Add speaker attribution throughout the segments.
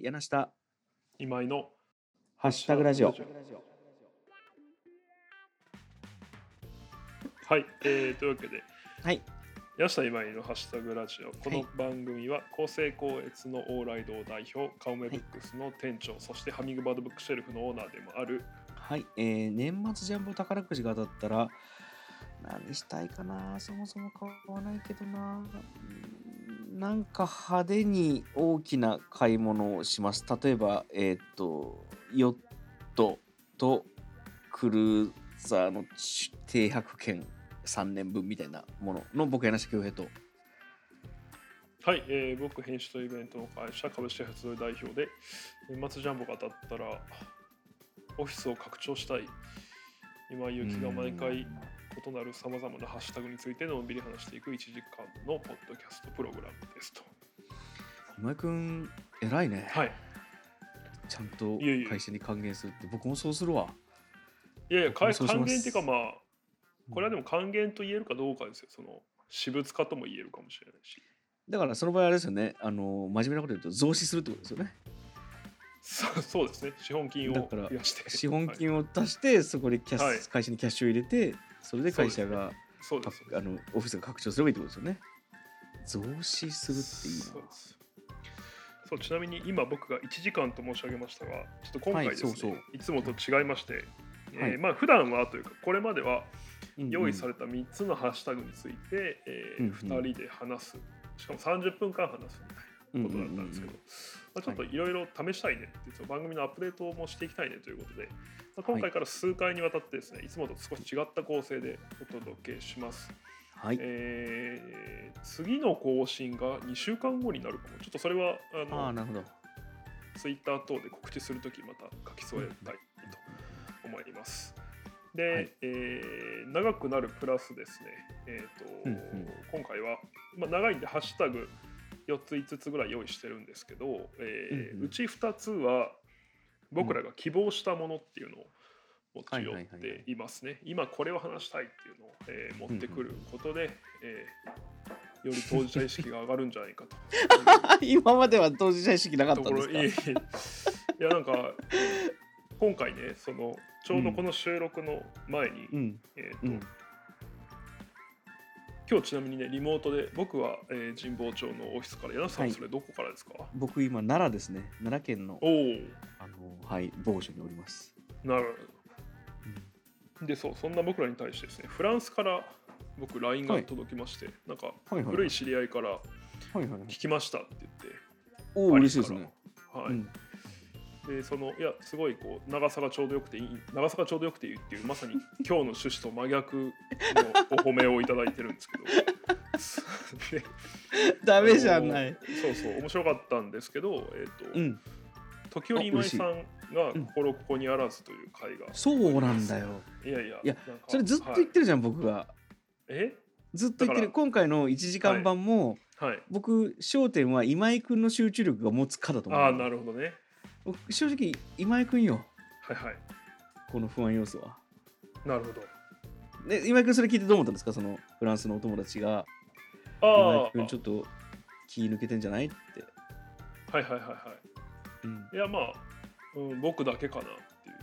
Speaker 1: 柳下
Speaker 2: 今井の
Speaker 1: ハッシュタグラジオ。
Speaker 2: はい、えー、というわけで
Speaker 1: はい
Speaker 2: 柳下今井のハッシュタグラジオこ
Speaker 1: は
Speaker 2: の
Speaker 1: い
Speaker 2: 番組は厚生高越の往来堂代表カウメブックスの店長、そしてハミングバードブックシェルフのオーナーでもある
Speaker 1: はい、えー年末ジャンボ宝くじが当たったら何したいかなそもそも買わないけどなうーんなんか派手に大きな買い物をします例えばえーっとヨットとクルーザーの停泊券3年分みたいなものの僕柳下恭平と
Speaker 2: はい、えー、僕編集とイベントの会社株式発動代表で年末ジャンボが当たったらオフィスを拡張したい今井由紀が毎回異なるさまざまなハッシュタグについてのんびり話していく1時間のポッドキャストプログラムです と。
Speaker 1: 今井君偉いね、
Speaker 2: はい、
Speaker 1: ちゃんと
Speaker 2: いえいえ
Speaker 1: 会社に還元するって僕もそうするわ
Speaker 2: いやいや、
Speaker 1: 僕も
Speaker 2: 還
Speaker 1: そうします
Speaker 2: 還元っていうかまあ、これはでも還元と言えるかどうかですよ。その私物化とも言えるかもしれないし。
Speaker 1: だからその場合あれですよね、あの真面目なこと言うと増資するってことですよね。
Speaker 2: そうそうですね、資本金を
Speaker 1: だから
Speaker 2: 増やして。
Speaker 1: 資本
Speaker 2: はい
Speaker 1: 金を足して、そこにキャス、
Speaker 2: はい
Speaker 1: 会社にキャッシュを入れて、それで会社が、
Speaker 2: そうで
Speaker 1: か
Speaker 2: す。
Speaker 1: あのオフィスが拡張すればいいってことですよね。増資するっていい
Speaker 2: そうですそうちなみに今僕が1時間と申し上げましたがちょっと今
Speaker 1: はい
Speaker 2: 回ですね、
Speaker 1: そうそう
Speaker 2: いつもと違いまして、
Speaker 1: はい
Speaker 2: えーまあ普段はというかこれまでは
Speaker 1: な。
Speaker 2: 用意さ
Speaker 1: れ
Speaker 2: れた3つのハッシュタグについて、え
Speaker 1: うんうん
Speaker 2: 2人で話すしかも30分間話すみたいなことだったんですけど、まあ、ちょっといろいろ試したいねってその番組のアップデートもしていきたいねということで、まあ、今
Speaker 1: は
Speaker 2: 回から数回にわたってですねいつもと少し違った構成でお届けします。
Speaker 1: はい。
Speaker 2: えー次の更新が2週間後になるかもちょっとそれは
Speaker 1: あ
Speaker 2: あ
Speaker 1: あ、
Speaker 2: の
Speaker 1: なるほど。
Speaker 2: ツイッター等で告知するときまた書き添えたいと思います。で、
Speaker 1: はい
Speaker 2: えー長くなるプラスですね、えーと
Speaker 1: うんうん
Speaker 2: 今回は、まあ、長いんでハッシュタグ4つ5つぐらい用意してるんですけど、えー
Speaker 1: うん
Speaker 2: う
Speaker 1: うん
Speaker 2: ち2つは僕らが希望したものっていうのを持ち寄っていますね、今これを話したいっていうのを、えー持ってくることで、えーより当事者意識が上がるんじゃないか と。
Speaker 1: 今までは当事者意識なかったんです
Speaker 2: いえい
Speaker 1: か。
Speaker 2: えいやなんか今回ねそのちょうどこの収録の前に、
Speaker 1: うん。
Speaker 2: えーと
Speaker 1: うん。
Speaker 2: 今日ちなみにねリモートで僕は、えー神保町のオフィスから柳さ
Speaker 1: は
Speaker 2: ん
Speaker 1: い
Speaker 2: それどこからですか、
Speaker 1: 僕今奈良ですね。奈良県の
Speaker 2: おお
Speaker 1: あのはい某所におります。
Speaker 2: なる
Speaker 1: うん
Speaker 2: ほどでそうそんな僕らに対してですねフランスから僕 LINE が届きまして、なんか
Speaker 1: はいはい
Speaker 2: 古い知り合いから
Speaker 1: はいはいは
Speaker 2: 「
Speaker 1: い。
Speaker 2: 聞きました」って言って
Speaker 1: おお
Speaker 2: パリ
Speaker 1: 嬉しいですね。
Speaker 2: からはい、
Speaker 1: うん
Speaker 2: でそのいやすごいこう長さがちょうどよくていい長さがちょうどよくていいっていうまさに今日の趣旨と真逆のお褒めをいただいてるんですけどで
Speaker 1: ダメじゃない。
Speaker 2: あのそうそう面白かったんですけど、えーと
Speaker 1: うん。
Speaker 2: 時折
Speaker 1: あ
Speaker 2: 今井
Speaker 1: 嬉しい
Speaker 2: さんが「心ここにあらず」という回が、
Speaker 1: そうなんだよ。
Speaker 2: いやいや
Speaker 1: いや
Speaker 2: なんか
Speaker 1: それずっと言っ
Speaker 2: はい
Speaker 1: てるじゃん、僕が。
Speaker 2: え
Speaker 1: ずっと言って
Speaker 2: だか
Speaker 1: る
Speaker 2: ら
Speaker 1: 今回の1時間版も、
Speaker 2: はい
Speaker 1: 僕焦点は今井君の集中力が持つかだと思う
Speaker 2: ああなるほどね
Speaker 1: 僕正直今井君よ
Speaker 2: はいはい
Speaker 1: この不安要素は
Speaker 2: なるほど
Speaker 1: で今井君それ聞いてどう思ったんですかそのフランスのお友達が今
Speaker 2: あ
Speaker 1: 井君ちょ
Speaker 2: あ
Speaker 1: っと気抜けてんじゃないって、
Speaker 2: はいはいはいは
Speaker 1: うん
Speaker 2: いいやまあ、うん、僕だけかなっていう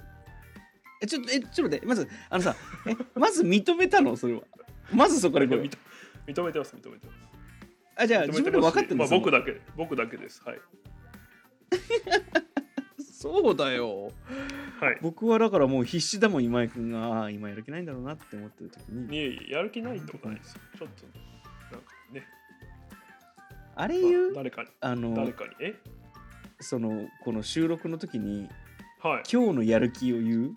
Speaker 1: えちょっとえちょっと待ってまずあのさえまず認めたのそれはまずそこでこ
Speaker 2: いや
Speaker 1: れ
Speaker 2: 認認めてます認めてます
Speaker 1: あじゃあ
Speaker 2: 認め
Speaker 1: 自分で
Speaker 2: ま
Speaker 1: 分
Speaker 2: す
Speaker 1: かってるん
Speaker 2: ま
Speaker 1: で
Speaker 2: あ
Speaker 1: すよ、
Speaker 2: 僕だけ僕だけですはい
Speaker 1: そうだよ
Speaker 2: はい
Speaker 1: 僕はだからもう必死だもん今井君があー今やる気ないんだろうなって思ってる時に
Speaker 2: いえいえやる気ないってことないですよちょっとなんかね、
Speaker 1: あれ言う、
Speaker 2: まあ誰かに
Speaker 1: あの
Speaker 2: 誰かにえ
Speaker 1: そのこの収録の時に
Speaker 2: はい
Speaker 1: 今日のやる気を言う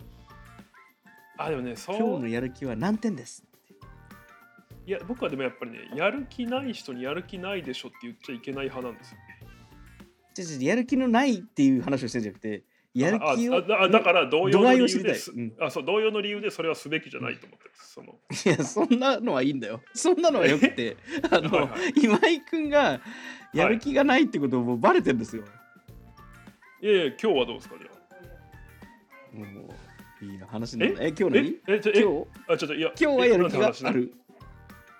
Speaker 2: あでもねそう
Speaker 1: 今日のやる気は何点です
Speaker 2: いや僕はでもやっぱりねやる気ない人にやる気ないでしょって言っちゃいけない派なんですよ
Speaker 1: じゃじゃやる気のないっていう話をしてるんじゃなくてやる気を
Speaker 2: ああだあだから同様の理
Speaker 1: 度合いを知
Speaker 2: 由
Speaker 1: りた
Speaker 2: で
Speaker 1: い
Speaker 2: す、
Speaker 1: うん
Speaker 2: あそう同様の理由でそれはすべきじゃないと思ってますその
Speaker 1: いやそんなのはいいんだよそんなのはよくてあの、
Speaker 2: はいはい
Speaker 1: 今井君がやる気がないってことをもうバレてるんですよ、
Speaker 2: いやいや今日はどうですかじゃあ
Speaker 1: もういいな話になるえ今日何
Speaker 2: ええちょえ
Speaker 1: 今日
Speaker 2: あちょっといや
Speaker 1: 今日はやる気
Speaker 2: えなん
Speaker 1: が
Speaker 2: て話
Speaker 1: あ
Speaker 2: なの
Speaker 1: る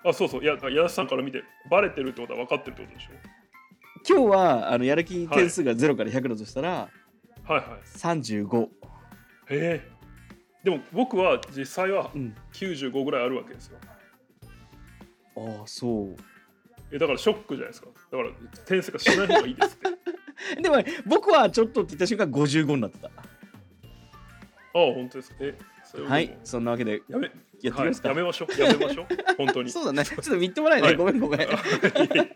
Speaker 2: あそうそういやだから矢田さんから見てバレてるってことは分かってるってことでしょ
Speaker 1: 今日はあのやる気点数が0から100だとしたら
Speaker 2: はいはい
Speaker 1: 35。
Speaker 2: へえでも僕は実際は
Speaker 1: うん。
Speaker 2: 95ぐらいあるわけですよ
Speaker 1: ああ、そう。
Speaker 2: えだからショックじゃないですかだから点数がしない方がいいですって あ
Speaker 1: でも僕はちょっとって言った瞬間55になってた。
Speaker 2: あ本当ですかえそれ
Speaker 1: はい、そんなわけで
Speaker 2: やめ
Speaker 1: やってみますか。
Speaker 2: はい、やめましょうやめま しょう本当に
Speaker 1: そうだね。ちょっと見ってもらえな。
Speaker 2: はいい
Speaker 1: ごめんごめん。
Speaker 2: あいえいえ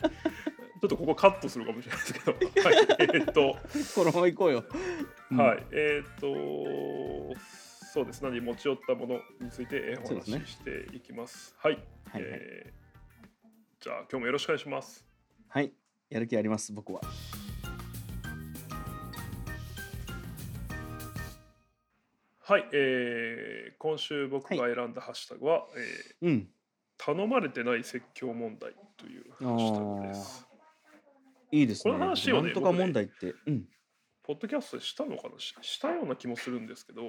Speaker 2: ちょっとここカットするかもしれないですけど、はい、えーっと、
Speaker 1: このまま行こうよ。うん
Speaker 2: はい、えーっと、そうです、何持ち寄ったものについてえーお
Speaker 1: そうですね
Speaker 2: 話ししていきます。はい、
Speaker 1: はいはい
Speaker 2: えーじゃあ今日もよろしくお願いします。
Speaker 1: はい、やる気あります、僕は。
Speaker 2: はい、えー今週僕が選んだハッシュタグは、えー
Speaker 1: うん。
Speaker 2: 頼まれてない説教問題というハッシュタグです。
Speaker 1: いいですね。
Speaker 2: この話をね
Speaker 1: なんとか問題って。うん。
Speaker 2: ポッドキャストでしたのかなししたような気もするんですけど、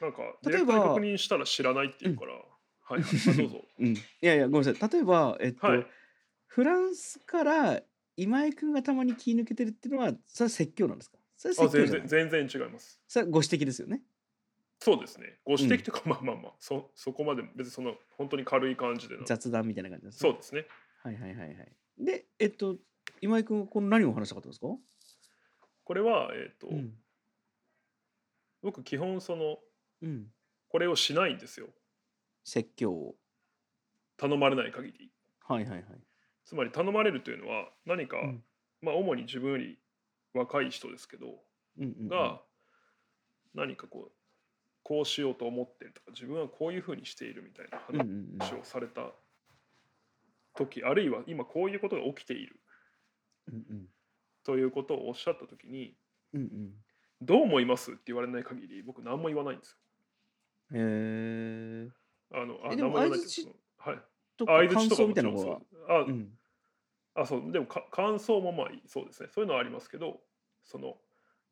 Speaker 2: なんかディ
Speaker 1: 例
Speaker 2: レ
Speaker 1: えば
Speaker 2: クターに確認したら知らないっていうから、はい、はいあど うぞ。
Speaker 1: うん。いやいや、ごめんなさい。例えば、えっと、
Speaker 2: はい
Speaker 1: フランスから今井君がたまに気抜けてるっていうのは、それは説教なんですかそれは
Speaker 2: あ
Speaker 1: 説教じ
Speaker 2: 全
Speaker 1: ゃ
Speaker 2: 然
Speaker 1: ない
Speaker 2: 全然違います。
Speaker 1: それはご指摘ですよね。
Speaker 2: そうですね。ご指摘というか、まあまあまあ、そそこまで別にその本当に軽い感じでな。
Speaker 1: 雑談みたいな感じなんです、
Speaker 2: そ
Speaker 1: ね。
Speaker 2: うですね。
Speaker 1: はいはいはいはい。で、えっと、今井君はこの何を話したかったんですか
Speaker 2: これはえっ、と、
Speaker 1: うん。
Speaker 2: 僕基本その
Speaker 1: うん。
Speaker 2: これをしないんですよ。
Speaker 1: 説教を。
Speaker 2: 頼まれない限り。
Speaker 1: はいはいはい。
Speaker 2: つまり頼まれるというのは何か、
Speaker 1: うん
Speaker 2: まあ主に自分より若い人ですけど
Speaker 1: うんうんうん、
Speaker 2: が、何かこうこうしようと思ってるとか自分はこういうふうにしているみたいな
Speaker 1: うんうん
Speaker 2: 話
Speaker 1: うん、
Speaker 2: をされた時、あるいは今こういうことが起きている
Speaker 1: うんうん
Speaker 2: ということをおっしゃった時に。
Speaker 1: うんうん
Speaker 2: どう思いますって言われない限り僕何も言わないんです
Speaker 1: へえ
Speaker 2: よ。あのあ
Speaker 1: えでも
Speaker 2: 何も言わない
Speaker 1: 相槌
Speaker 2: はい。
Speaker 1: と
Speaker 2: あ
Speaker 1: か
Speaker 2: 相槌
Speaker 1: 感
Speaker 2: とか
Speaker 1: 想
Speaker 2: も
Speaker 1: み
Speaker 2: ち
Speaker 1: たいな
Speaker 2: ろん
Speaker 1: 方
Speaker 2: そう
Speaker 1: は、
Speaker 2: あ、
Speaker 1: うん、
Speaker 2: あそうでもか感想もまあそうですねそういうのはありますけどその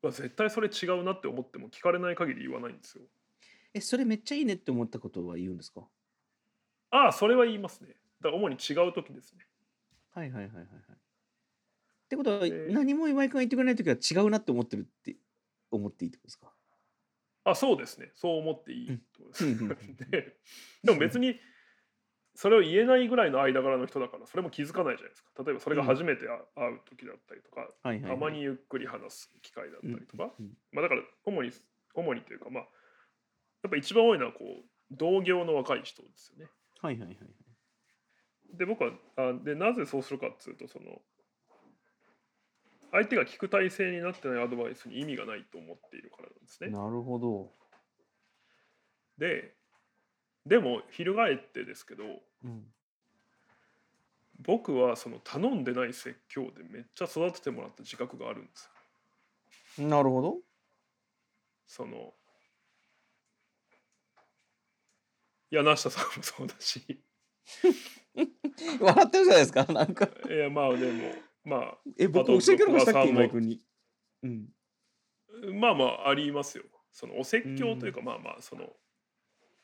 Speaker 2: うわ絶対それ違うなって思っても聞かれない限り言わないんですよ。
Speaker 1: えそれめっちゃいいねって思ったことは言うんですか
Speaker 2: ああそれは言いますね。だから主に違う時ですね。
Speaker 1: はいはいはいはいはいってことは、
Speaker 2: ー
Speaker 1: 何も今井君が言ってくれない時は違うなって思ってるって思っていいってことですか
Speaker 2: あそうですねそう思っていいと思います
Speaker 1: うんうんうんうん
Speaker 2: ででも別にそれを言えないぐらいの間柄の人だからそれも気づかないじゃないですか。例えばそれが初めて会会う時だったりとか、
Speaker 1: はいはい、はい、
Speaker 2: たまにゆっくり話す機会だった
Speaker 1: うん
Speaker 2: りとか、
Speaker 1: うん
Speaker 2: まあ、だから主に主にというかまあやっぱ一番多いのはこう同業の若い人ですよね。
Speaker 1: はいはいはいはい
Speaker 2: で僕はあでなぜそうするかっていうとその相手が聞く体制になってないアドバイスに意味がないと思っているからなんですね。
Speaker 1: なるほど、
Speaker 2: ででも翻ってですけど
Speaker 1: うん、
Speaker 2: 僕はその頼んでない説教でめっちゃ育ててもらった自覚があるんですよ。
Speaker 1: なるほど
Speaker 2: そのいや梨田さんもそうだしい
Speaker 1: 笑ってるじゃないですかなんか
Speaker 2: やまあでもまあ
Speaker 1: え
Speaker 2: あ
Speaker 1: 僕
Speaker 2: と
Speaker 1: お説教のことしたっ
Speaker 2: 僕は
Speaker 1: け
Speaker 2: さんも
Speaker 1: 今井君にうん
Speaker 2: まあまあありますよそのお説教というか、まあまあその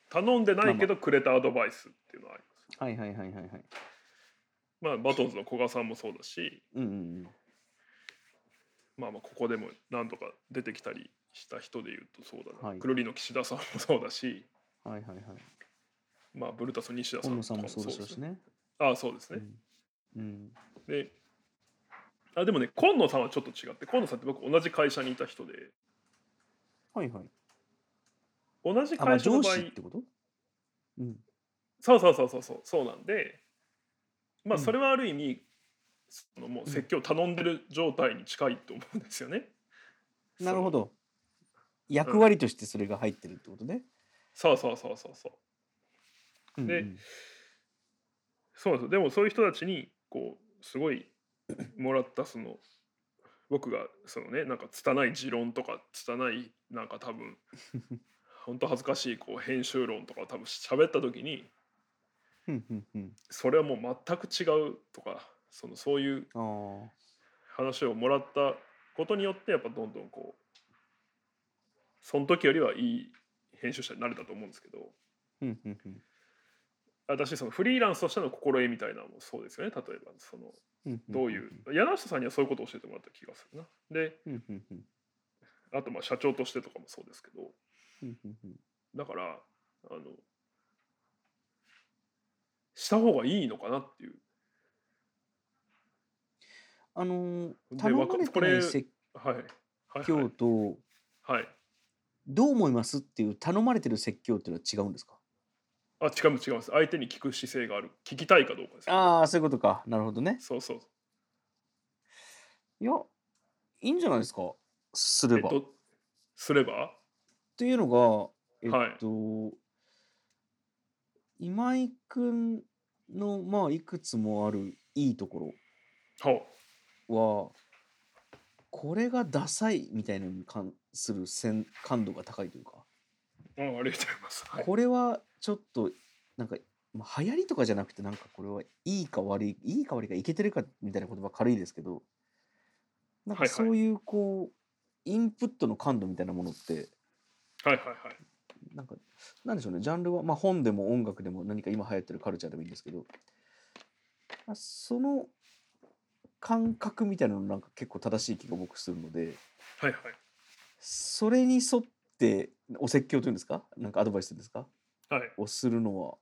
Speaker 2: 頼んでないけどくれたアドバイスっていうのはあります、
Speaker 1: はいはいはいはいはい
Speaker 2: まあバトンズの古賀さんもそうだし
Speaker 1: うんうん
Speaker 2: まあまあここでも何度か出てきたりした人でいうとそうだな、
Speaker 1: はい
Speaker 2: くるりの岸田さんもそうだし
Speaker 1: うんはいはいはい
Speaker 2: まあブルタスの西田さ
Speaker 1: 本
Speaker 2: ん
Speaker 1: 野
Speaker 2: と
Speaker 1: さ
Speaker 2: か
Speaker 1: んもそうで
Speaker 2: です
Speaker 1: しね
Speaker 2: ああそうですね、
Speaker 1: うん、うん、
Speaker 2: であでもね今野さんはちょっと違って今野さんって僕同じ会社にいた人で
Speaker 1: はいはい
Speaker 2: 同じ
Speaker 1: あ、まあ、
Speaker 2: 会社の
Speaker 1: 上
Speaker 2: 場合
Speaker 1: 司ってことうん
Speaker 2: そうそうそうそうそうそうなんでまあ
Speaker 1: うん
Speaker 2: それはある意味、そのもう説教頼んでる状態に近いと思うんですよね。
Speaker 1: なるほど。役割としてそれが入ってるってことね。
Speaker 2: そうそうそうそうそ
Speaker 1: う
Speaker 2: う
Speaker 1: ん
Speaker 2: でそうなんですよでもそういう人たちにこうすごいもらったその僕がそのねなんか拙い持論とか拙いなんか多分本当恥ずかしいこう編集論とかを多分喋った時に
Speaker 1: うんうんうん
Speaker 2: それはもう全く違うとかそのそういう
Speaker 1: うん。あ
Speaker 2: 話をもらったことによってやっぱどんどんこうその時よりはいい編集者になれたと思うんですけど
Speaker 1: あ。うんうんうん
Speaker 2: 私そのフリーランスとしての心得みたいなのもそうですよね例えばそのどういう、柳下さんにはそういうことを教えてもらった気がするな。で
Speaker 1: うんうんうん
Speaker 2: あとまあ社長としてとかもそうですけど
Speaker 1: うんうんうん
Speaker 2: だからあのした方がいいのかなっていう。
Speaker 1: あのー
Speaker 2: で
Speaker 1: 頼
Speaker 2: わか
Speaker 1: まれ
Speaker 2: こ
Speaker 1: てな
Speaker 2: れ
Speaker 1: い説
Speaker 2: はい、はいはい
Speaker 1: 教と
Speaker 2: はい
Speaker 1: どう思いますっていう頼まれてる説教っていうのは違うんですか
Speaker 2: あ違う違います相手に聞く姿勢がある聞きたいかどうかですよ
Speaker 1: ああそういうことかなるほどね
Speaker 2: そうそう
Speaker 1: いやいいんじゃないですかすれば、
Speaker 2: えっ
Speaker 1: っ
Speaker 2: と、すれば
Speaker 1: ていうのがえっ
Speaker 2: はい
Speaker 1: と、今井くんのまあいくつもあるいいとこ
Speaker 2: は
Speaker 1: ろはこれがダサいみたいなのに関する線感度が高いというか、
Speaker 2: ああありがとうございます、はい、
Speaker 1: これはちょっとなんかまあ流行りとかじゃなくてなんかこれはいいか悪いいいか悪いかいけてるかみたいな言葉軽いですけどなんか
Speaker 2: はいはい
Speaker 1: そういうこうインプットの感度みたいなものって
Speaker 2: はいはいはい
Speaker 1: なんかなんでしょうねジャンルはまあ本でも音楽でも何か今流行ってるカルチャーでもいいんですけどまあその感覚みたいなのなんか結構正しい気が僕するので
Speaker 2: はいはい
Speaker 1: それに沿ってお説教というんですかなんかアドバイスというんですか
Speaker 2: はい、
Speaker 1: をするのは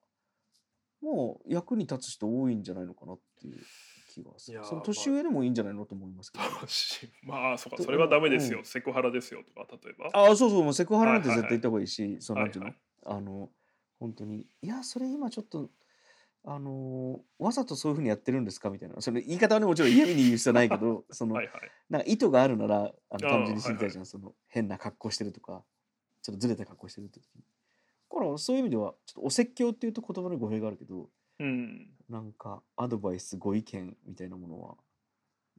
Speaker 1: もう役に立つ人多いんじゃないのかなっていう気がす
Speaker 2: い
Speaker 1: る
Speaker 2: やー
Speaker 1: その
Speaker 2: まあ
Speaker 1: 年上でもいいんじゃないのと思いますけど、
Speaker 2: しまあそうか
Speaker 1: と
Speaker 2: それはダメですよ、
Speaker 1: うん
Speaker 2: セクハラですよとか例えば
Speaker 1: ああそうそうもうセクハラなんて
Speaker 2: はい
Speaker 1: 絶
Speaker 2: はいは
Speaker 1: 対言
Speaker 2: い
Speaker 1: った方がいいし、そのな
Speaker 2: は
Speaker 1: いんていうの、
Speaker 2: はい
Speaker 1: あの本当にいやそれ今ちょっとあのーわざとそういうふうにやってるんですかみたいなその言い方はねもちろん嫌味に言う必要はないけどその、
Speaker 2: はいはい
Speaker 1: なんか意図があるならあの
Speaker 2: あー
Speaker 1: 単純に知りたいじゃん、その変な格好してるとかちょっとずれた格好してるって時にだからそういう意味ではちょっとお説教っていうと言葉に語弊があるけど、
Speaker 2: うん
Speaker 1: なんかアドバイスご意見みたいなものは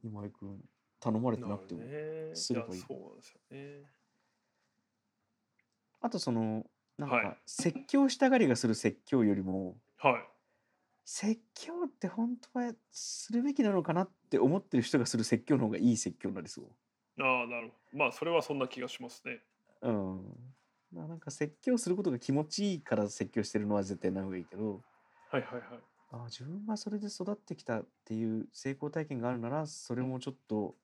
Speaker 1: 今井君頼まれて
Speaker 2: なる
Speaker 1: な
Speaker 2: ほ
Speaker 1: くて
Speaker 2: ど
Speaker 1: も、
Speaker 2: ね
Speaker 1: すればいい
Speaker 2: やそうなんですよね
Speaker 1: あとそのなん
Speaker 2: はい
Speaker 1: か説教したがりがする説教よりも
Speaker 2: はい
Speaker 1: 説教って本当はするべきなのかなって思ってる人がする説教の方がいい説教になりそう。
Speaker 2: ああなるほどまあそれはそんな気がしますね
Speaker 1: うん、ななんか説教することが気持ちいいから説教してるのは絶対ない方がいいけど
Speaker 2: はいはいはい
Speaker 1: あ自分はそれで育ってきたっていう成功体験があるならそれもちょっと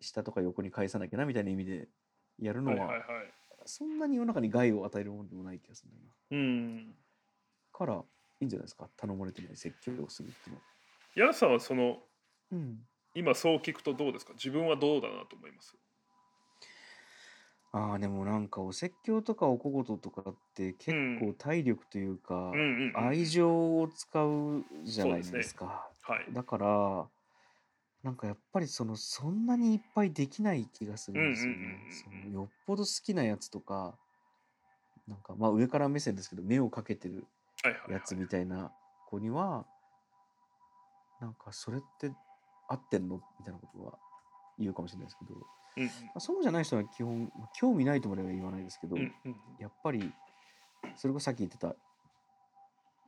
Speaker 1: 下とか横に返さなきゃなみたいな意味でやるの
Speaker 2: は
Speaker 1: はい
Speaker 2: はいはい
Speaker 1: そんなに世の中に害を与えるものでもない気がするんだよな。
Speaker 2: うん
Speaker 1: からいいんじゃないですか頼まれてない説教をするっていうのは。
Speaker 2: 矢さんはその
Speaker 1: うん、
Speaker 2: 今そう聞くとどうですか自分はどうだなと思います
Speaker 1: ああでもなんかお説教とかお小言とかって結
Speaker 2: う
Speaker 1: 構体力というか、
Speaker 2: うんうんうん
Speaker 1: 愛情を使うじゃ
Speaker 2: そう
Speaker 1: ない
Speaker 2: ですね
Speaker 1: ですか。
Speaker 2: はい
Speaker 1: だからなんかやっぱりそのそんなにいっぱいできない気がするんですよ
Speaker 2: うんうんうん
Speaker 1: ね
Speaker 2: うんうん。
Speaker 1: そのよっぽど好きなやつとかなんかまあ上から目線ですけど目をかけてる
Speaker 2: はいはいは
Speaker 1: や
Speaker 2: い
Speaker 1: つみたいな子にはなんかそれって合ってんのみたいなことは言うかもしれないですけど、ま
Speaker 2: うんうん
Speaker 1: あ、そうじゃない人は基本、まあ興味ないとまでは言わないですけど、
Speaker 2: うんうん
Speaker 1: やっぱりそれこそさっき言ってた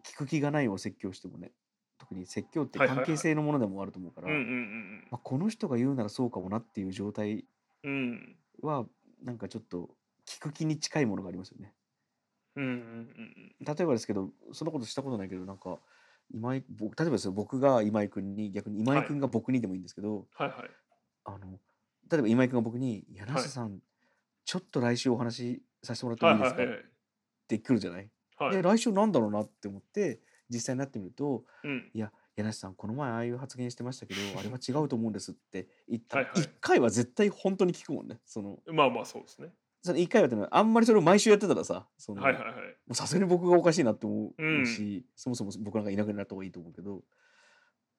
Speaker 1: 聞く気がないお説教してもね特に説教って
Speaker 2: はいはいは
Speaker 1: 関
Speaker 2: い
Speaker 1: 係性のものでもあると思うから、
Speaker 2: うんうん
Speaker 1: まあ、この人が言うならそうかもなっていう状態
Speaker 2: うんうん
Speaker 1: はなんかちょっと聞く気に近いものがありますよね。
Speaker 2: うんうんうん
Speaker 1: 例えばですけどそんなことしたことないけどなんか今井僕例えばですよ僕が今井君に逆に今
Speaker 2: は
Speaker 1: 井
Speaker 2: い
Speaker 1: 君が僕にでもいいんですけど、
Speaker 2: はいはい
Speaker 1: あの例えば今井君が僕に「柳
Speaker 2: はい
Speaker 1: 瀬さん、ちょっと来週お話しさせてもらっても
Speaker 2: はいい
Speaker 1: いです
Speaker 2: は
Speaker 1: か?」
Speaker 2: い
Speaker 1: って来るじゃない。
Speaker 2: はいは
Speaker 1: で
Speaker 2: い
Speaker 1: 来週なんだろうなって思って実際になってみると
Speaker 2: う
Speaker 1: 「
Speaker 2: ん
Speaker 1: いや柳瀬さんこの前ああいう発言してましたけどあれは違うと思うんです」って言ったら
Speaker 2: はいはい
Speaker 1: 1回は絶対本当に聞くもんね。その
Speaker 2: まあまあそうですね
Speaker 1: その1回はってのはあんまりそれを毎週やってたらさその
Speaker 2: はいはいはい
Speaker 1: もうさすがに僕がおかしいなって思うし、
Speaker 2: う
Speaker 1: そもそも僕なんかいなくなった方がいいと思うけど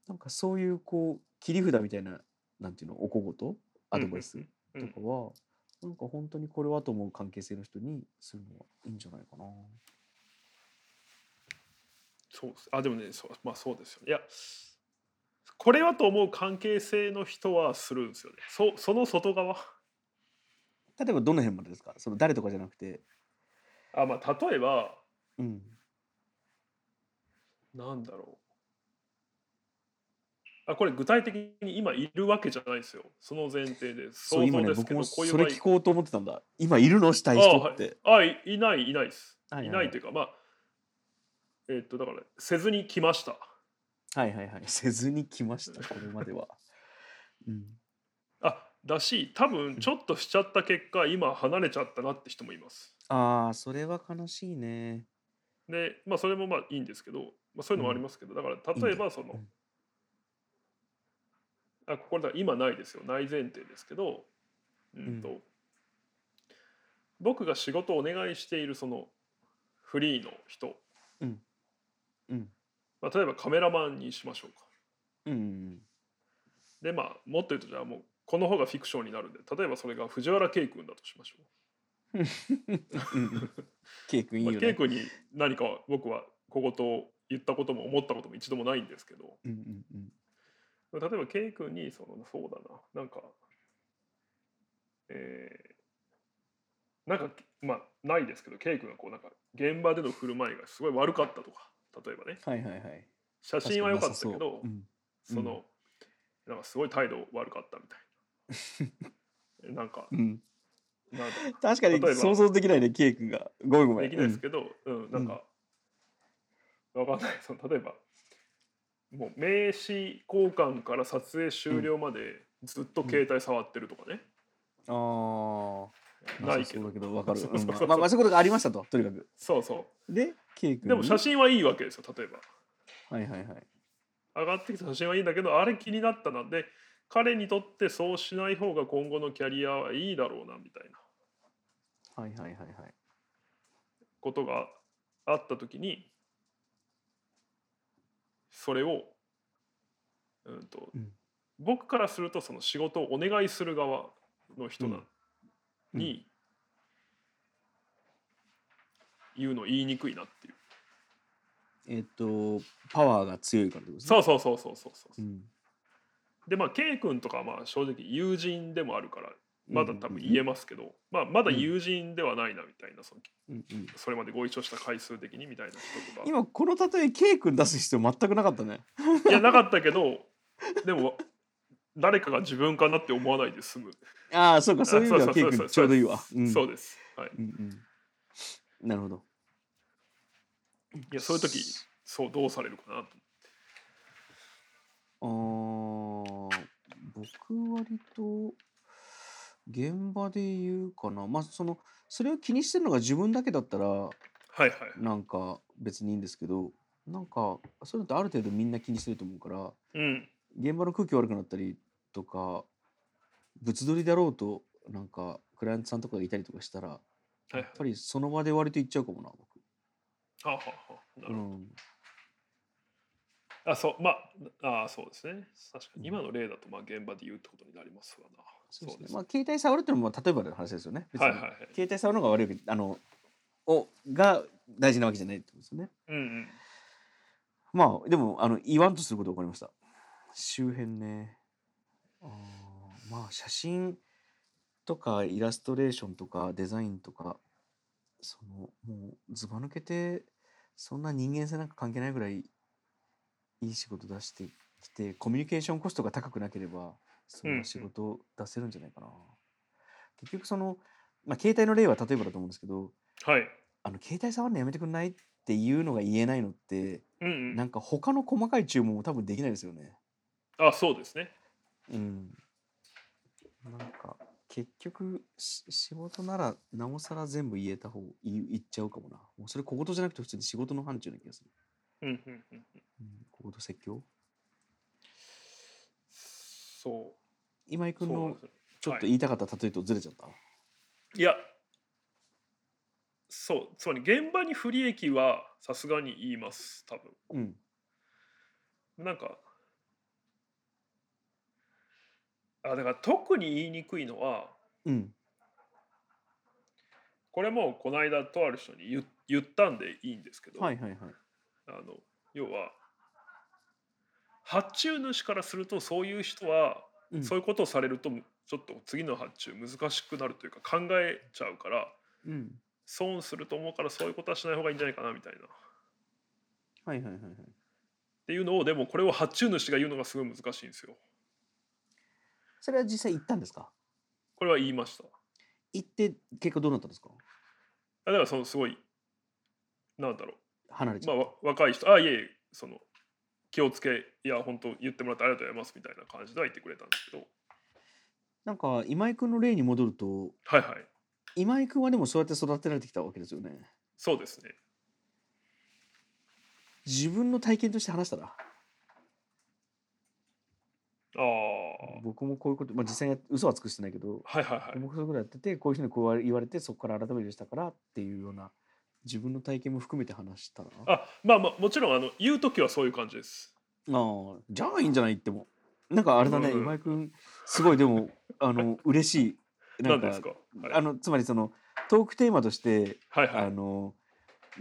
Speaker 1: なんかそういうこう切り札みたいななんていうのお小言アドバイス
Speaker 2: うんう
Speaker 1: と
Speaker 2: ん
Speaker 1: かは、なんか本当にこれはと思う関係性の人にするのはいいんじゃないかな。
Speaker 2: そうですあでもねそうまあそうですよねいやこれはと思う関係性の人はするんですよねそその外側
Speaker 1: 例えばどの辺までですかその誰とかじゃなくて。
Speaker 2: あまあ例えば
Speaker 1: うん、
Speaker 2: なんだろうあこれ具体的に今いるわけじゃないですよその前提で
Speaker 1: そう
Speaker 2: 想
Speaker 1: 今ね
Speaker 2: 像です
Speaker 1: 僕
Speaker 2: けど
Speaker 1: も
Speaker 2: こうい
Speaker 1: そう
Speaker 2: 場
Speaker 1: れ
Speaker 2: 合
Speaker 1: 聞こうと思ってたんだ。今いるのしたい人って。
Speaker 2: あいいないいないです、
Speaker 1: はい
Speaker 2: い
Speaker 1: はい
Speaker 2: ないというかまあえっとだからせずに来ました
Speaker 1: はいはい はい。せずに来ました、これまでは。うん。
Speaker 2: あだし多分ちょっとしちゃった結果今離れちゃったなって人もいます
Speaker 1: ああ、それは悲しいね。
Speaker 2: でまあそれもまあいいんですけど、まあ、そういうのもありますけど、だから例えばその、
Speaker 1: うん
Speaker 2: あこれだから今ないですよない前提ですけどうんと、
Speaker 1: う
Speaker 2: 僕が仕事をお願いしているそのフリーの人、
Speaker 1: うん。
Speaker 2: まあ、例えばカメラマンにしましょうか
Speaker 1: うん。
Speaker 2: でまあもっと言うとじゃあもうこの方がフィクションになるんで例えばそれが藤原圭君だとしましょ
Speaker 1: うん。ケイ君
Speaker 2: う、
Speaker 1: いい
Speaker 2: ま
Speaker 1: よ
Speaker 2: あ、
Speaker 1: ね。
Speaker 2: 圭君に何か僕は小言を言ったことも思ったことも一度もないんですけど
Speaker 1: うんうんうん。
Speaker 2: 例えば圭君にそのそうだななんかえーなんかまあないですけど圭君がこうなんか現場での振る舞いがすごい悪かったとか例えばね
Speaker 1: はいはいはい。
Speaker 2: 写真は良かったけ
Speaker 1: 確
Speaker 2: ど
Speaker 1: かになさそううん
Speaker 2: その、なんかすごい態度悪かったみた いななんか
Speaker 1: うん。
Speaker 2: なんだ
Speaker 1: 確か
Speaker 2: 例えば
Speaker 1: に想像できないね、ケイ君が。ごめんごめん。
Speaker 2: できないですけど、うんなんか、わかんないその例えばもう名刺交換から撮影終了までずっと携帯触ってるとかね、
Speaker 1: うんああ。
Speaker 2: ないけど
Speaker 1: まあそうだけど、わかる。
Speaker 2: そう
Speaker 1: う
Speaker 2: そうんそう
Speaker 1: まあまあ、そういうことがありましたと、とにかく。
Speaker 2: そうそ
Speaker 1: で、ケイ
Speaker 2: う
Speaker 1: 君。
Speaker 2: でも写
Speaker 1: 真。
Speaker 2: 真はいいわけですよ例えば
Speaker 1: はいはいはい。
Speaker 2: 上がってきた写真はいいんだけどあれ気になったなで彼にとってそうしない方が今後のキャリアはいいだろうなみたいな
Speaker 1: はいはいはいはい。
Speaker 2: ことがあった時にそれを、うんと
Speaker 1: うん
Speaker 2: 僕からするとその仕事をお願いする側の人な、
Speaker 1: うん
Speaker 2: に言うの言いにくいなっていう、
Speaker 1: えっと、パワーが強いからってことですね
Speaker 2: そうそうそうそうそうそう、
Speaker 1: うん
Speaker 2: でまあ K 君とかはまあ正直友人でもあるからまだ多分
Speaker 1: うん
Speaker 2: 言えますけど、まあ、まだ友人ではないなみたいなその
Speaker 1: うんうん
Speaker 2: それまでご一緒した回数的にみたいな人とか
Speaker 1: 今この例えケイ君出す必要全くなかったね
Speaker 2: いやなかったけどでも誰かが自分かなって思わないで済む、
Speaker 1: ああそうかそういう意味で
Speaker 2: あ
Speaker 1: はケイ君ちょうどいいわん
Speaker 2: そうですはい
Speaker 1: うんうんなるほど
Speaker 2: いやそういう時そうどうされるかなと
Speaker 1: あー僕割と現場で言うかなまあそのそれを気にしてるのが自分だけだったら
Speaker 2: はいはい
Speaker 1: なんか別にいいんですけどなんかそういうのってある程度みんな気にしてると思うから
Speaker 2: うん
Speaker 1: 現場の空気悪くなったりとか物撮りだろうとなんかクライアントさんとかがいたりとかしたら
Speaker 2: はいは
Speaker 1: や
Speaker 2: い
Speaker 1: っぱりその場で割と行っちゃうかもな僕。
Speaker 2: はあ、はあはあ、なる
Speaker 1: う
Speaker 2: ほど
Speaker 1: ん
Speaker 2: あそうまああそうですね確か
Speaker 1: うん
Speaker 2: に今の例だとまあ現場で言うってことになりますわな
Speaker 1: そうですね。
Speaker 2: ね
Speaker 1: まあ携帯触るっていうのもまあ例えばの話ですよね。別に
Speaker 2: はいはいはい
Speaker 1: 携帯触るのが悪いわけあのをが大事なわけじゃないってことですよね。
Speaker 2: うんうん
Speaker 1: まあでもあの言わんとすること分かりました。周辺ね。あーまあ写真とかイラストレーションとかデザインとかそのもうずば抜けてそんな人間性なんか関係ないぐらいいい仕事出してきてコミュニケーションコストが高くなければそ
Speaker 2: うん
Speaker 1: ん
Speaker 2: うん
Speaker 1: な仕事を出せるんじゃないかな。結局その、まあ、携帯の例は例えばだと思うんですけど
Speaker 2: はい
Speaker 1: あの携帯触るのやめてくんないっていうのが言えないのって
Speaker 2: うんうん
Speaker 1: なんか他の細かい注文も多分できないですよね。
Speaker 2: あそうですね
Speaker 1: うん。なんか結局し仕事ならなおさら全部言えた方言い言っちゃうかもな。もうそれ小言じゃなくて普通に仕事の範疇な気がする。
Speaker 2: うんうんうん
Speaker 1: うん、小言説教
Speaker 2: そう
Speaker 1: 今井
Speaker 2: そう
Speaker 1: 君
Speaker 2: なん
Speaker 1: の
Speaker 2: ですよ
Speaker 1: ちょっ
Speaker 2: は
Speaker 1: と
Speaker 2: い
Speaker 1: 言いたかった例えとずれちゃった。
Speaker 2: いやそうつまり現場に不利益はさすがに言います多分
Speaker 1: うん。
Speaker 2: なんかあだから特に言いにくいのは
Speaker 1: うん。
Speaker 2: これもこの間とある人に言言ったんでいいんですけど、
Speaker 1: はいはいはい。
Speaker 2: あの要は発注主からするとそういう人は
Speaker 1: うん、
Speaker 2: そういうことをされるとちょっと次の発注難しくなるというか考えちゃうから
Speaker 1: うん。
Speaker 2: 損すると思うからそういうことはしない方がいいんじゃないかなみたいな。
Speaker 1: はいはいはいはい。
Speaker 2: っていうのをでもこれを発注主が言うのがすごい難しいんですよ。
Speaker 1: それは実際言ったんですか
Speaker 2: これは言いました。
Speaker 1: 言って結果どうなったんですか
Speaker 2: あだからそのすごいなんだろ
Speaker 1: 離れ
Speaker 2: う、
Speaker 1: ちゃう。
Speaker 2: まあ、わ若い人あいえいえその気をつけいや本当言ってもらってありがとうございますみたいな感じでは言ってくれたんですけど
Speaker 1: なんか今井君の例に戻ると
Speaker 2: はいはい
Speaker 1: 今井君はでもそうやって育てられてきたわけですよね
Speaker 2: そうですね
Speaker 1: 自分の体験として話したら
Speaker 2: ああ
Speaker 1: 僕もこういうこと、まあ、実際にやっ嘘は尽くしてないけど
Speaker 2: はいはいはい
Speaker 1: 僕そういうことやっててこういう人にこう言われてそこから改めてしたからっていうような自分の体験も含めて話したらあ
Speaker 2: あまあまあもちろんあの言う時はそういう感じです
Speaker 1: あじゃあいいんじゃないってもなんかあれだね、
Speaker 2: うんうん
Speaker 1: 今井君すごいで もあの嬉しいな
Speaker 2: なん
Speaker 1: んか
Speaker 2: ですか、はい、
Speaker 1: あのつまりそのトークテーマとして
Speaker 2: はいは
Speaker 1: あ
Speaker 2: い
Speaker 1: の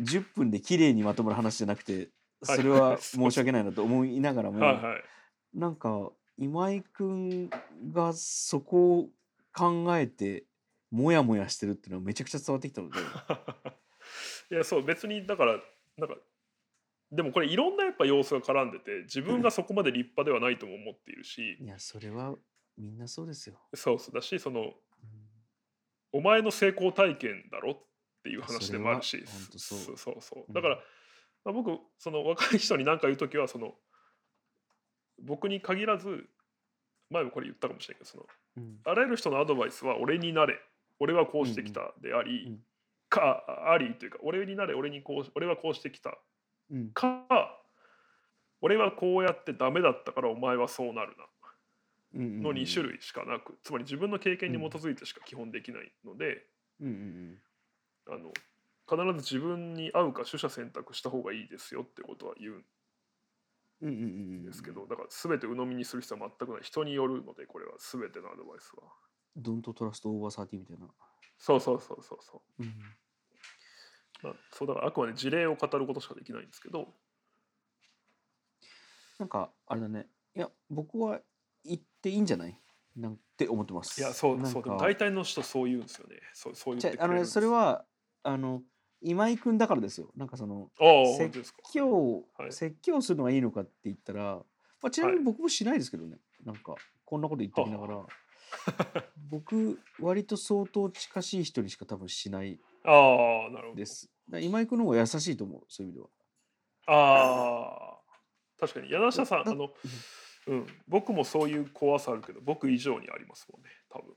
Speaker 1: 10分で綺麗にまとまる話じゃなくて
Speaker 2: はい
Speaker 1: それは申し訳ないなと思いながらも、
Speaker 2: はいはい
Speaker 1: なんか今井君がそこを考えてモヤモヤしてるっていうのはめちゃくちゃ伝わってきたので
Speaker 2: いやそう別にだからなんかでもこれいろんなやっぱ要素が絡んでて自分がそこまで立派ではないとも思っているし、
Speaker 1: いやそれはみんなそうですよ。
Speaker 2: そうそうだしそのお前の成功体験だろっていう話でもあるし
Speaker 1: それは本当そう
Speaker 2: そうそうそう
Speaker 1: うん
Speaker 2: だから、まあ、僕その若い人に何か言う時はその僕に限らず前もこれ言ったかもしれないけどその
Speaker 1: うん
Speaker 2: あらゆる人のアドバイスは俺になれ俺はこうしてきたであり、
Speaker 1: うん
Speaker 2: かありというか俺になれ俺にこう俺はこうしてきた
Speaker 1: うん
Speaker 2: か俺はこうやってダメだったからお前はそうなる
Speaker 1: うんうん
Speaker 2: なの2種類しかなくつまり自分の経験に基づいてしか基本できないので
Speaker 1: うんうん
Speaker 2: あの必ず自分に合うか取捨選択した方がいいですよってことは言うん
Speaker 1: うんうんうんうん
Speaker 2: ですけどだから全て鵜呑みにする必要は全くない人によるのでこれは全てのアドバイスは
Speaker 1: ドントトラストオーバーサーティみたいな。
Speaker 2: そうそうそうそうそう
Speaker 1: うん
Speaker 2: まあ、そうだからあくまで事例を語ることしかできないんですけど
Speaker 1: なんかあれだねいや僕は言っていいんじゃないなんて思ってます。
Speaker 2: いやそう
Speaker 1: なん
Speaker 2: そうで
Speaker 1: か
Speaker 2: も大体の人そう言うんですよねそうそう言って
Speaker 1: じゃ
Speaker 2: くれる
Speaker 1: あの
Speaker 2: ん
Speaker 1: ね
Speaker 2: です
Speaker 1: それはあの今井君だからですよなんかその
Speaker 2: ああ
Speaker 1: 説
Speaker 2: 本当ですか
Speaker 1: 説教、
Speaker 2: はい
Speaker 1: 説教するのがいいのかって言ったら、まあ、ちなみに
Speaker 2: はい
Speaker 1: 僕もしないですけどね、なんかこんなこと言っておきながら 僕割と相当近しい人にしか多分しない
Speaker 2: ああなるほど
Speaker 1: ですだから今井君の方が優しいと思うそういう意味では
Speaker 2: ああ確かに柳下さん
Speaker 1: だ
Speaker 2: あのうん僕もそういう怖さあるけど僕以上にありますもんね多分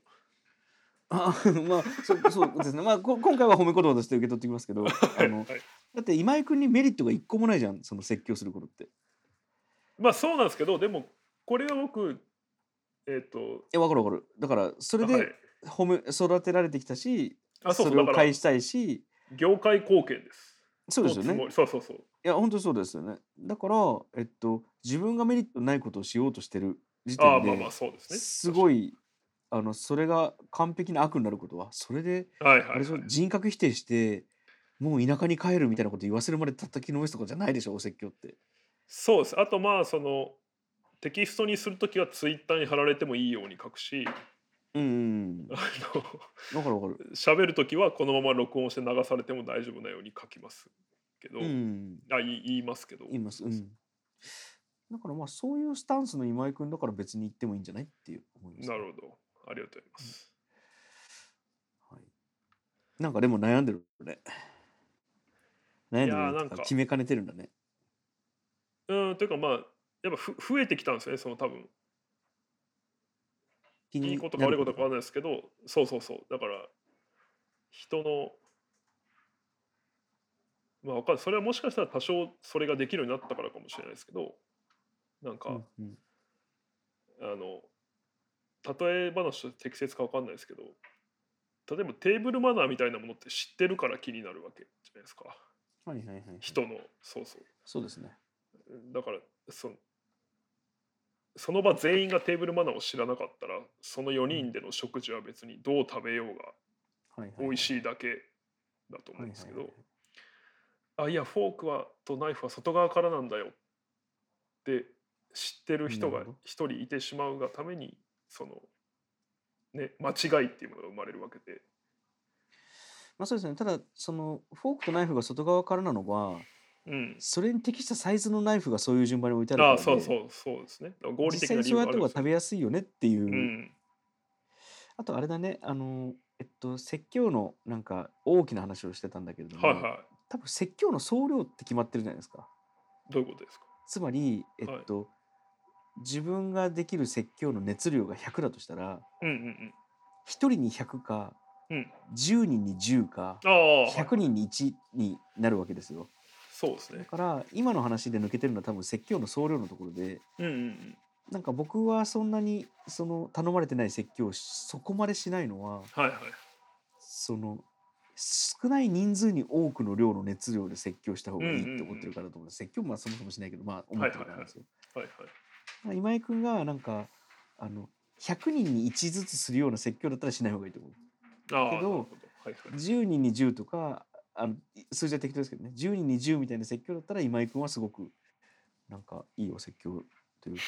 Speaker 1: あ まあそうそうですねまあこ今回は褒め言葉として受け取ってきますけどあの
Speaker 2: はい
Speaker 1: だって今井君にメリットが一個もないじゃんその説教することってい
Speaker 2: まあそうなんですけどでもこれは僕えっ、と
Speaker 1: や分かる分かるだからそれ
Speaker 2: は
Speaker 1: で
Speaker 2: い、
Speaker 1: 褒め育てられてきたし
Speaker 2: あそう
Speaker 1: そ
Speaker 2: そう
Speaker 1: れ
Speaker 2: だ
Speaker 1: を
Speaker 2: から
Speaker 1: 返したいし
Speaker 2: 業界貢献です
Speaker 1: そうですよ
Speaker 2: のつ
Speaker 1: ね
Speaker 2: もりそうそうそう
Speaker 1: いや本当にそうですよねだからえっと自分がメリットないことをしようとしてる時
Speaker 2: ああ
Speaker 1: 点
Speaker 2: まあま
Speaker 1: で
Speaker 2: あそうですね
Speaker 1: すごいあのそれが完璧な悪になることはそれで
Speaker 2: はいはい、
Speaker 1: あ
Speaker 2: は
Speaker 1: れ
Speaker 2: い
Speaker 1: でしょ人格否定してもう田舎に帰るみたいなこと言わせるまで叩きのめすとかじゃないでしょお説教って
Speaker 2: そうですあとまあそのテキストにするときはツイッターに貼られてもいいように書くし
Speaker 1: うんう ん
Speaker 2: あ
Speaker 1: 分かる分かる
Speaker 2: の喋るときはこのまま録音して流されても大丈夫なように書きますけど、
Speaker 1: うん
Speaker 2: あい言いますけど
Speaker 1: 言いますうんだからまあそういうスタンスの今井君だから別に言ってもいいんじゃないっていう思います
Speaker 2: なるほどありがとうございます、
Speaker 1: はい、なんかでも悩んでるね。悩んで
Speaker 2: いや
Speaker 1: る
Speaker 2: ー
Speaker 1: ね
Speaker 2: なんか
Speaker 1: 決めかねてるんだね。
Speaker 2: うんというかまあやっぱふ増えてきたんですよねその多分
Speaker 1: 気
Speaker 2: いいことか悪いことかわかんないですけどそうそうそうだから人のまあわかんないそれはもしかしたら多少それができるようになったからかもしれないですけどなんか、
Speaker 1: うんうん
Speaker 2: あの例え話として適切か分かんないですけど例えばテーブルマナーみたいなものって知ってるから気になるわけじゃないですか
Speaker 1: はいはいはいはい。
Speaker 2: 人のそうそう
Speaker 1: そうですね。
Speaker 2: だからそのその場全員がテーブルマナーを知らなかったらその4人での食事は別にどう食べようが
Speaker 1: はいはいはい、
Speaker 2: 美味し
Speaker 1: い
Speaker 2: いだけだと思うんですけ
Speaker 1: はい
Speaker 2: どあいやフォークはとナイフは外側からなんだよって知ってる人
Speaker 1: な
Speaker 2: が
Speaker 1: るほど
Speaker 2: 一人いてしまうがためにそのね間違いっていうものが生まれるわけで
Speaker 1: まあそうですね。ただそのフォークとナイフが外側からなのは、
Speaker 2: うん
Speaker 1: それに適したサイズのナイフがそういう順番に置いてあるから
Speaker 2: あ
Speaker 1: で、
Speaker 2: あそうそうそうですねだから合理
Speaker 1: 実
Speaker 2: 的
Speaker 1: 際
Speaker 2: な
Speaker 1: に
Speaker 2: 理
Speaker 1: そう
Speaker 2: 由
Speaker 1: や
Speaker 2: が
Speaker 1: った方
Speaker 2: あるん
Speaker 1: が
Speaker 2: です
Speaker 1: 食
Speaker 2: よ
Speaker 1: べやすいよねっていう。
Speaker 2: うん
Speaker 1: あとあれだね。あのえっと説教のなんか大きな話をしてたんだけれども、
Speaker 2: はいは
Speaker 1: 多分説教の総量って決まってるじゃないですか。
Speaker 2: いどういうことですか
Speaker 1: つまり、えっと、自分ができる説教の熱量が100だとしたら、
Speaker 2: うんうん
Speaker 1: 1人に100か、
Speaker 2: うん。うん。
Speaker 1: 10人に10か、
Speaker 2: ああ、
Speaker 1: 100人に1になるわけですよ。
Speaker 2: そうですね
Speaker 1: だ。から、今の話で抜けてるのは多分説教の総量のところで、
Speaker 2: うんうんうん。
Speaker 1: なんか僕はそんなにその頼まれてない説教をそこまでしないのは
Speaker 2: はいはい。
Speaker 1: その少ない人数に多くの量の熱量で説教した方がいいって思ってるからだと思うんです、説教もまあそもそもしないけどまあ思ってるからなんですよ。
Speaker 2: はいはい。
Speaker 1: だから今井君がなんかあの100人に1ずつするような説教だったらしない方がいいと思う。
Speaker 2: ああ、
Speaker 1: け
Speaker 2: なる
Speaker 1: ど
Speaker 2: ほど。はいはい。
Speaker 1: 10人に10とかあの数字は適当ですけどね10人に10みたいな説教だったら今井君はすごくなんかいいお説教というか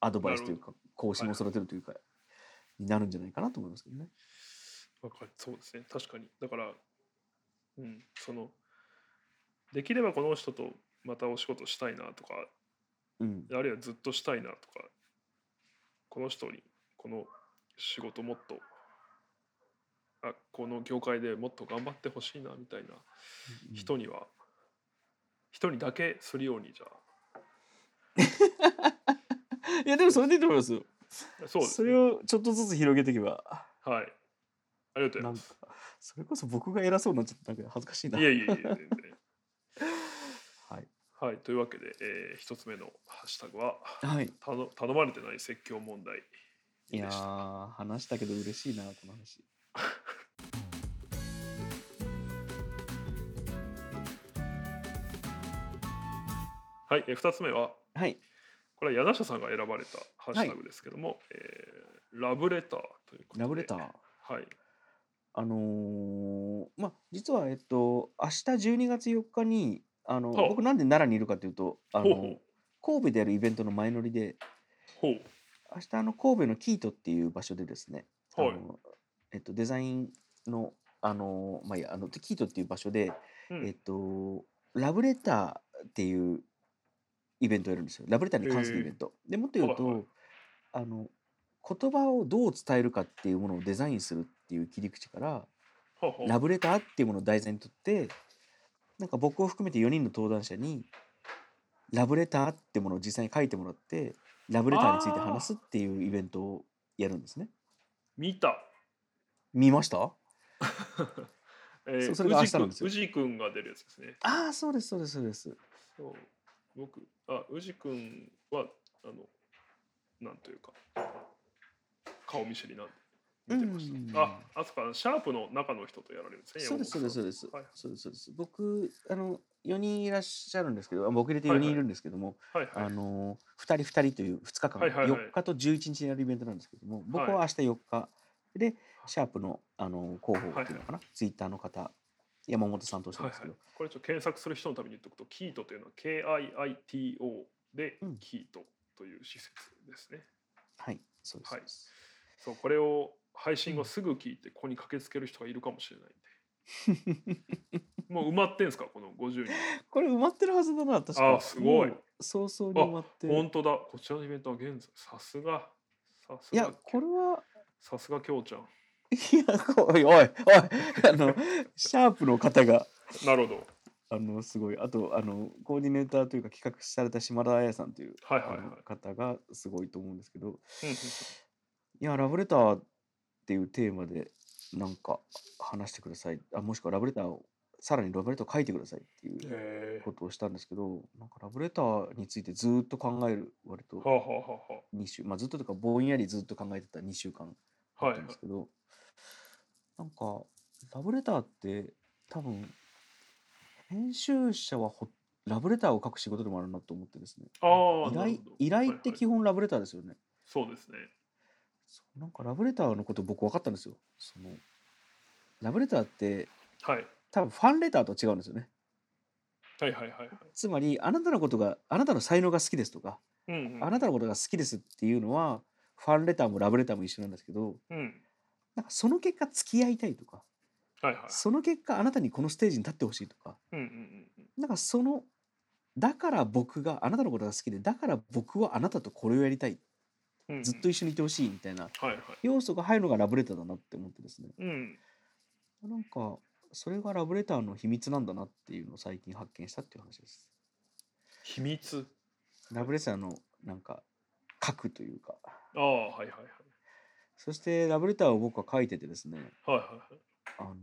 Speaker 1: アドバイスというか講師も育てるというか、になるんじゃないかなと思いますけどね。
Speaker 2: わかるそうですね確かにだからうんそのできればこの人とまたお仕事したいなとか
Speaker 1: うん、
Speaker 2: あるいはずっとしたいなとかこの人にこの仕事もっとあこの業界でもっと頑張ってほしいなみたいな人には人にだけするようにじゃ
Speaker 1: いやでもそれでいいと思いますよ。
Speaker 2: あそうです
Speaker 1: それをちょっとずつ広げていけば
Speaker 2: はいありがとうござ
Speaker 1: ないんか
Speaker 2: ます
Speaker 1: それこそ僕が偉そうになっちゃったなんか恥ずかしいな。
Speaker 2: いえいえいえ全然
Speaker 1: はい
Speaker 2: はいというわけで、えー一つ目のハッシュタグは
Speaker 1: はい、
Speaker 2: 頼頼まれてない説教問題
Speaker 1: いや
Speaker 2: でした
Speaker 1: ー話したけど嬉しいなこの話。
Speaker 2: はい、えー、2つ目は
Speaker 1: はい
Speaker 2: これは柳下さんが選ばれたハッシュタグですけども、えーラブレターということで
Speaker 1: ラブレター。
Speaker 2: はい
Speaker 1: あのーまあ実はえっと明日12月4日にあの
Speaker 2: ほう
Speaker 1: 僕なんで奈良にいるかというとあ
Speaker 2: ほう
Speaker 1: の神戸でやるイベントの前乗りで
Speaker 2: ほう
Speaker 1: 明日あの神戸のキートっていう場所でですね、
Speaker 2: ほうは
Speaker 1: あ
Speaker 2: い
Speaker 1: のえっと、デザインのあの,、まあ、いいやあのキートっていう場所で、
Speaker 2: うん
Speaker 1: えっと、ラブレターっていうイベントをやるんですよラブレターに関するイベント。でもっと言うと、
Speaker 2: はいはい
Speaker 1: あの言葉をどう伝えるかっていうものをデザインするっていう切り口から
Speaker 2: ほうほう
Speaker 1: ラブレターっていうものを題材にとってなんか僕を含めて4人の登壇者にラブレターってものを実際に書いてもらってラブレターについて話すっていうイベントをやるんですね。
Speaker 2: 見た、
Speaker 1: 見ました
Speaker 2: えー、
Speaker 1: そうそれが明日なん
Speaker 2: 宇
Speaker 1: で
Speaker 2: 治
Speaker 1: す
Speaker 2: く
Speaker 1: よ
Speaker 2: ん宇治くんが出るやつですね
Speaker 1: ああそうですそうですそうです。
Speaker 2: そう僕あ宇治くんはあのなんというか顔見知りなんで見てました、
Speaker 1: うん
Speaker 2: ああそっかシャープの中の人とやられるんですね
Speaker 1: そうですそうですそうです。
Speaker 2: はい
Speaker 1: そうですそうです。僕あの4人いらっしゃるんですけどあ僕入れて
Speaker 2: はい
Speaker 1: 4
Speaker 2: はい
Speaker 1: 人いるんですけども、
Speaker 2: はいはい
Speaker 1: あの2人2人という2日間、
Speaker 2: はいはいはい
Speaker 1: 4日と11日にやるイベントなんですけども僕は明日4日でシャープのあの広報っていうのかな、ツイッターの方山本さんとおっしゃるんですけど、
Speaker 2: これちょっと検索する人のために言っておくと、キートというのは KIITO で
Speaker 1: うん
Speaker 2: キートという施設ですね。
Speaker 1: はい、そうですそうです。
Speaker 2: そうこれを配信後すぐ聞いて、ここに駆けつける人がいるかもしれないん で。もう埋まってんすか、この50人。
Speaker 1: これ埋まってるはずだな確か
Speaker 2: あすごい
Speaker 1: もう早々に埋まってる
Speaker 2: 本当だ、こちらのイベントは現在、さすが。さす
Speaker 1: いや
Speaker 2: が、
Speaker 1: これは
Speaker 2: さすがきょうちゃん。
Speaker 1: いやこおいおいおい あのシャープの方が
Speaker 2: なるほど。
Speaker 1: あのすごいあとあのコーディネーターというか企画された島田彩さんという、
Speaker 2: はいはいはい
Speaker 1: あの方がすごいと思うんですけど
Speaker 2: うんうん
Speaker 1: いやラブレターっていうテーマでなんか話してくださいあもしくはラブレターをさらにラブレターを書いてくださいっていう
Speaker 2: へえ
Speaker 1: ことをしたんですけどなんかラブレターについてずーっと考える割と
Speaker 2: はあ、はあはあは
Speaker 1: 2週まあずっとというかぼんやりずっと考えてた2週間
Speaker 2: あ、
Speaker 1: だっ
Speaker 2: はい
Speaker 1: たん
Speaker 2: は
Speaker 1: で
Speaker 2: い
Speaker 1: す。けど、なんかラブレターって多分編集者はほラブレターを書く仕事でもあるなと思ってですね
Speaker 2: あー
Speaker 1: 依
Speaker 2: なる
Speaker 1: 頼
Speaker 2: ほど
Speaker 1: 依頼っ
Speaker 2: はいは
Speaker 1: て
Speaker 2: い
Speaker 1: 基本ラブレターですよね、
Speaker 2: そうですね。
Speaker 1: そうなんかラブレターのこと僕分かったんですよそのラブレターって
Speaker 2: はい。
Speaker 1: 多分ファンレターと違うんですよね
Speaker 2: はいはいはいはい。
Speaker 1: つまりあなたのことがあなたの才能が好きですとか、
Speaker 2: うん、うん。
Speaker 1: あなたのことが好きですっていうのはファンレターもラブレターも一緒なんですけど
Speaker 2: うん。
Speaker 1: なんかその結果付き合いたいとか
Speaker 2: はいはい。
Speaker 1: その結果あなたにこのステージに立ってほしいとか
Speaker 2: うんうんうんうん。
Speaker 1: なんかそのだから僕があなたのことが好きでだから僕はあなたとこれをやりたい
Speaker 2: うんうん
Speaker 1: ずっと一緒にいてほしいみたいな
Speaker 2: はいはい。
Speaker 1: 要素が入るのがラブレターだなって思ってですね
Speaker 2: うん。
Speaker 1: なんかそれがラブレターの秘密なんだなっていうのを最近発見したっていう話です。
Speaker 2: 秘密。
Speaker 1: ラブレターのなんか書くというか
Speaker 2: ああ、はいはいはい。
Speaker 1: そしてラブレターを僕は書いててですね
Speaker 2: はいはい
Speaker 1: あの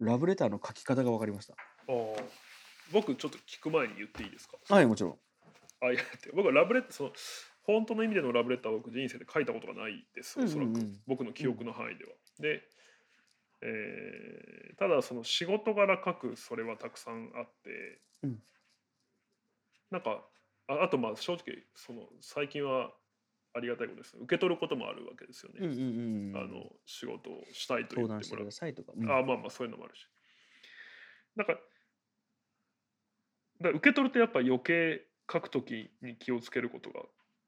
Speaker 1: ラブレターの書き方が分かりました
Speaker 2: はい。ああ。僕ちょっと聞く前に言っていいですか
Speaker 1: はいもちろん
Speaker 2: あいやって僕はラブレッターその本当の意味でのラブレッターは僕人生で書いたことがないですおそらく、
Speaker 1: うんうんうん
Speaker 2: 僕の記憶の範囲では。で、えーただその仕事柄書くそれはたくさんあって、
Speaker 1: うん
Speaker 2: なんかああとまあ正直その最近はありがたいことです受け取ることもあるわけですよね、
Speaker 1: うんうんうん
Speaker 2: あの仕事をしたいと
Speaker 1: 相
Speaker 2: 言っ
Speaker 1: 談してて
Speaker 2: もら
Speaker 1: く
Speaker 2: う
Speaker 1: ださいとか、うん
Speaker 2: あーまあまあそういうのもあるしなんかだから受け取るとやっぱ余計書くときに気をつけることが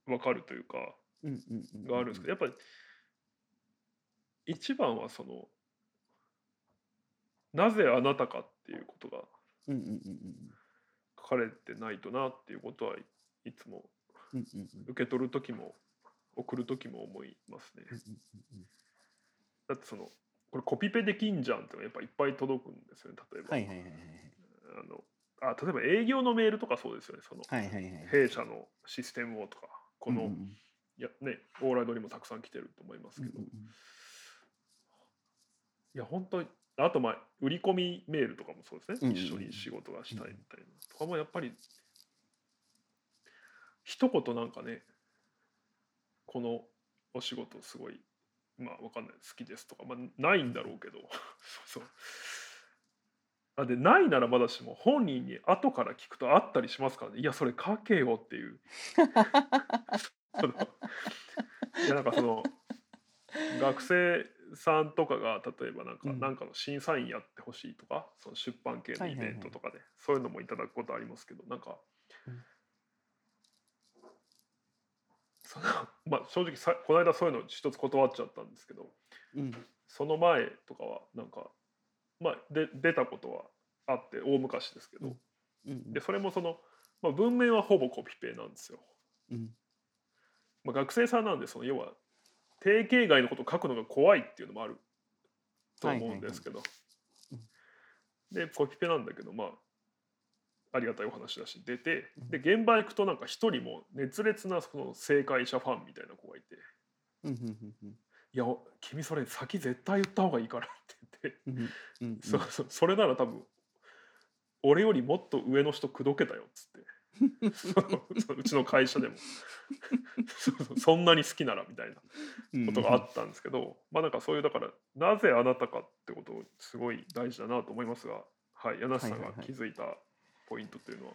Speaker 2: 分かるというか
Speaker 1: うんうんうん
Speaker 2: があるんですけどやっぱり一番はそのなぜあなたかっていうことが
Speaker 1: うんうんうんうん
Speaker 2: 書かれてないとなっていうことはいつも
Speaker 1: うんうんうん
Speaker 2: 受け取る時も送る時も思いますね。だってそのこれコピペできんじゃんってのがやっぱいっぱい届くんですよね例えば。
Speaker 1: はいはいはい
Speaker 2: あのあ例えば営業のメールとかそうですよねその
Speaker 1: はいはいはいはい
Speaker 2: 弊社のシステムをとかこの、
Speaker 1: うんうん
Speaker 2: いやね往来取りもたくさん来てると思います
Speaker 1: うん
Speaker 2: け
Speaker 1: うん
Speaker 2: ど、
Speaker 1: うん
Speaker 2: いや本当にあとまあ売り込みメールとかもそうですね、
Speaker 1: うんうんうん
Speaker 2: 一緒に仕事がしたいみたいなとかもやっぱり一言なんかねこのお仕事すごいまあわかんない好きですとか、まあ、ないんだろうけどそうあでないならまだしも本人に後から聞くとあったりしますからねいやそれ書けよっていう そのいやなんかその学生さんとかが例えばなんか、
Speaker 1: うん
Speaker 2: なんかの審査員やってほしいとかその出版系のイベントとかで、そういうのもいただくことありますけどなんか、
Speaker 1: うん
Speaker 2: そのまあ正直さこの間そういうの一つ断っちゃったんですけど
Speaker 1: うん
Speaker 2: その前とかはなんかまあで出たことはあって大昔ですけど、
Speaker 1: うん
Speaker 2: でそれもその、まあ、文面はほぼコピペなんですよ。
Speaker 1: うん
Speaker 2: まあ、学生さんなんでその要は定型外のことを書くのが怖いっていうのもあると思うんですけど、でコピペなんだけどまあありがたいお話だし出てで現場行くとなんか一人も熱烈なその正解者ファンみたいな子がいて「
Speaker 1: うんうんうん
Speaker 2: いやお君それ先絶対言った方がいいから」って言って
Speaker 1: うんうんうんうん
Speaker 2: そう そうそれなら多分俺よりもっと上の人口説けたよっつ ってそうそううちの会社でもそうそうそんなに好きならみたいなことがあったんですけど、まあなんかそういうだからなぜあなたかってことをすごい大事だなと思いますが、はい、柳瀬さん
Speaker 1: はい
Speaker 2: が
Speaker 1: はいはい
Speaker 2: 気づいたポイントっていうのは、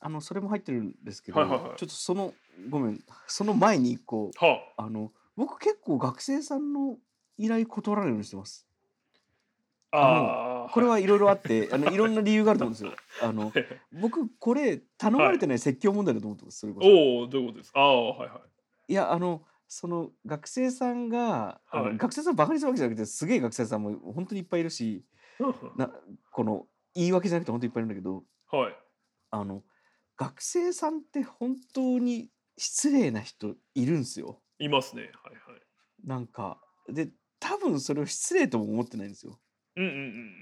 Speaker 1: あのそれも入ってるんですけど、
Speaker 2: はいはいはい
Speaker 1: ちょっとそのごめんその前に一個
Speaker 2: は
Speaker 1: あの僕結構学生さんの依頼断られるようにしてます。
Speaker 2: あ、ああ
Speaker 1: これはいろいろあ ってあのいろんな理由があると思うんですよ。あの
Speaker 2: い
Speaker 1: 僕これ頼まれてない説教問題だと思ってます。それこそ。
Speaker 2: おおどういうことですああはいはい
Speaker 1: いやあのその学生さんが、あの
Speaker 2: はい
Speaker 1: 学生さんバカにするわけじゃなくてすげえ学生さんも本当にいっぱいいるしなこの言い訳じゃなくて本当にいっぱいいるんだけど
Speaker 2: はい
Speaker 1: あの学生さんって本当に失礼な人いるんですよ。
Speaker 2: いますねはいはい
Speaker 1: なんかで多分それを失礼とも思ってないんですよ。
Speaker 2: うんうんう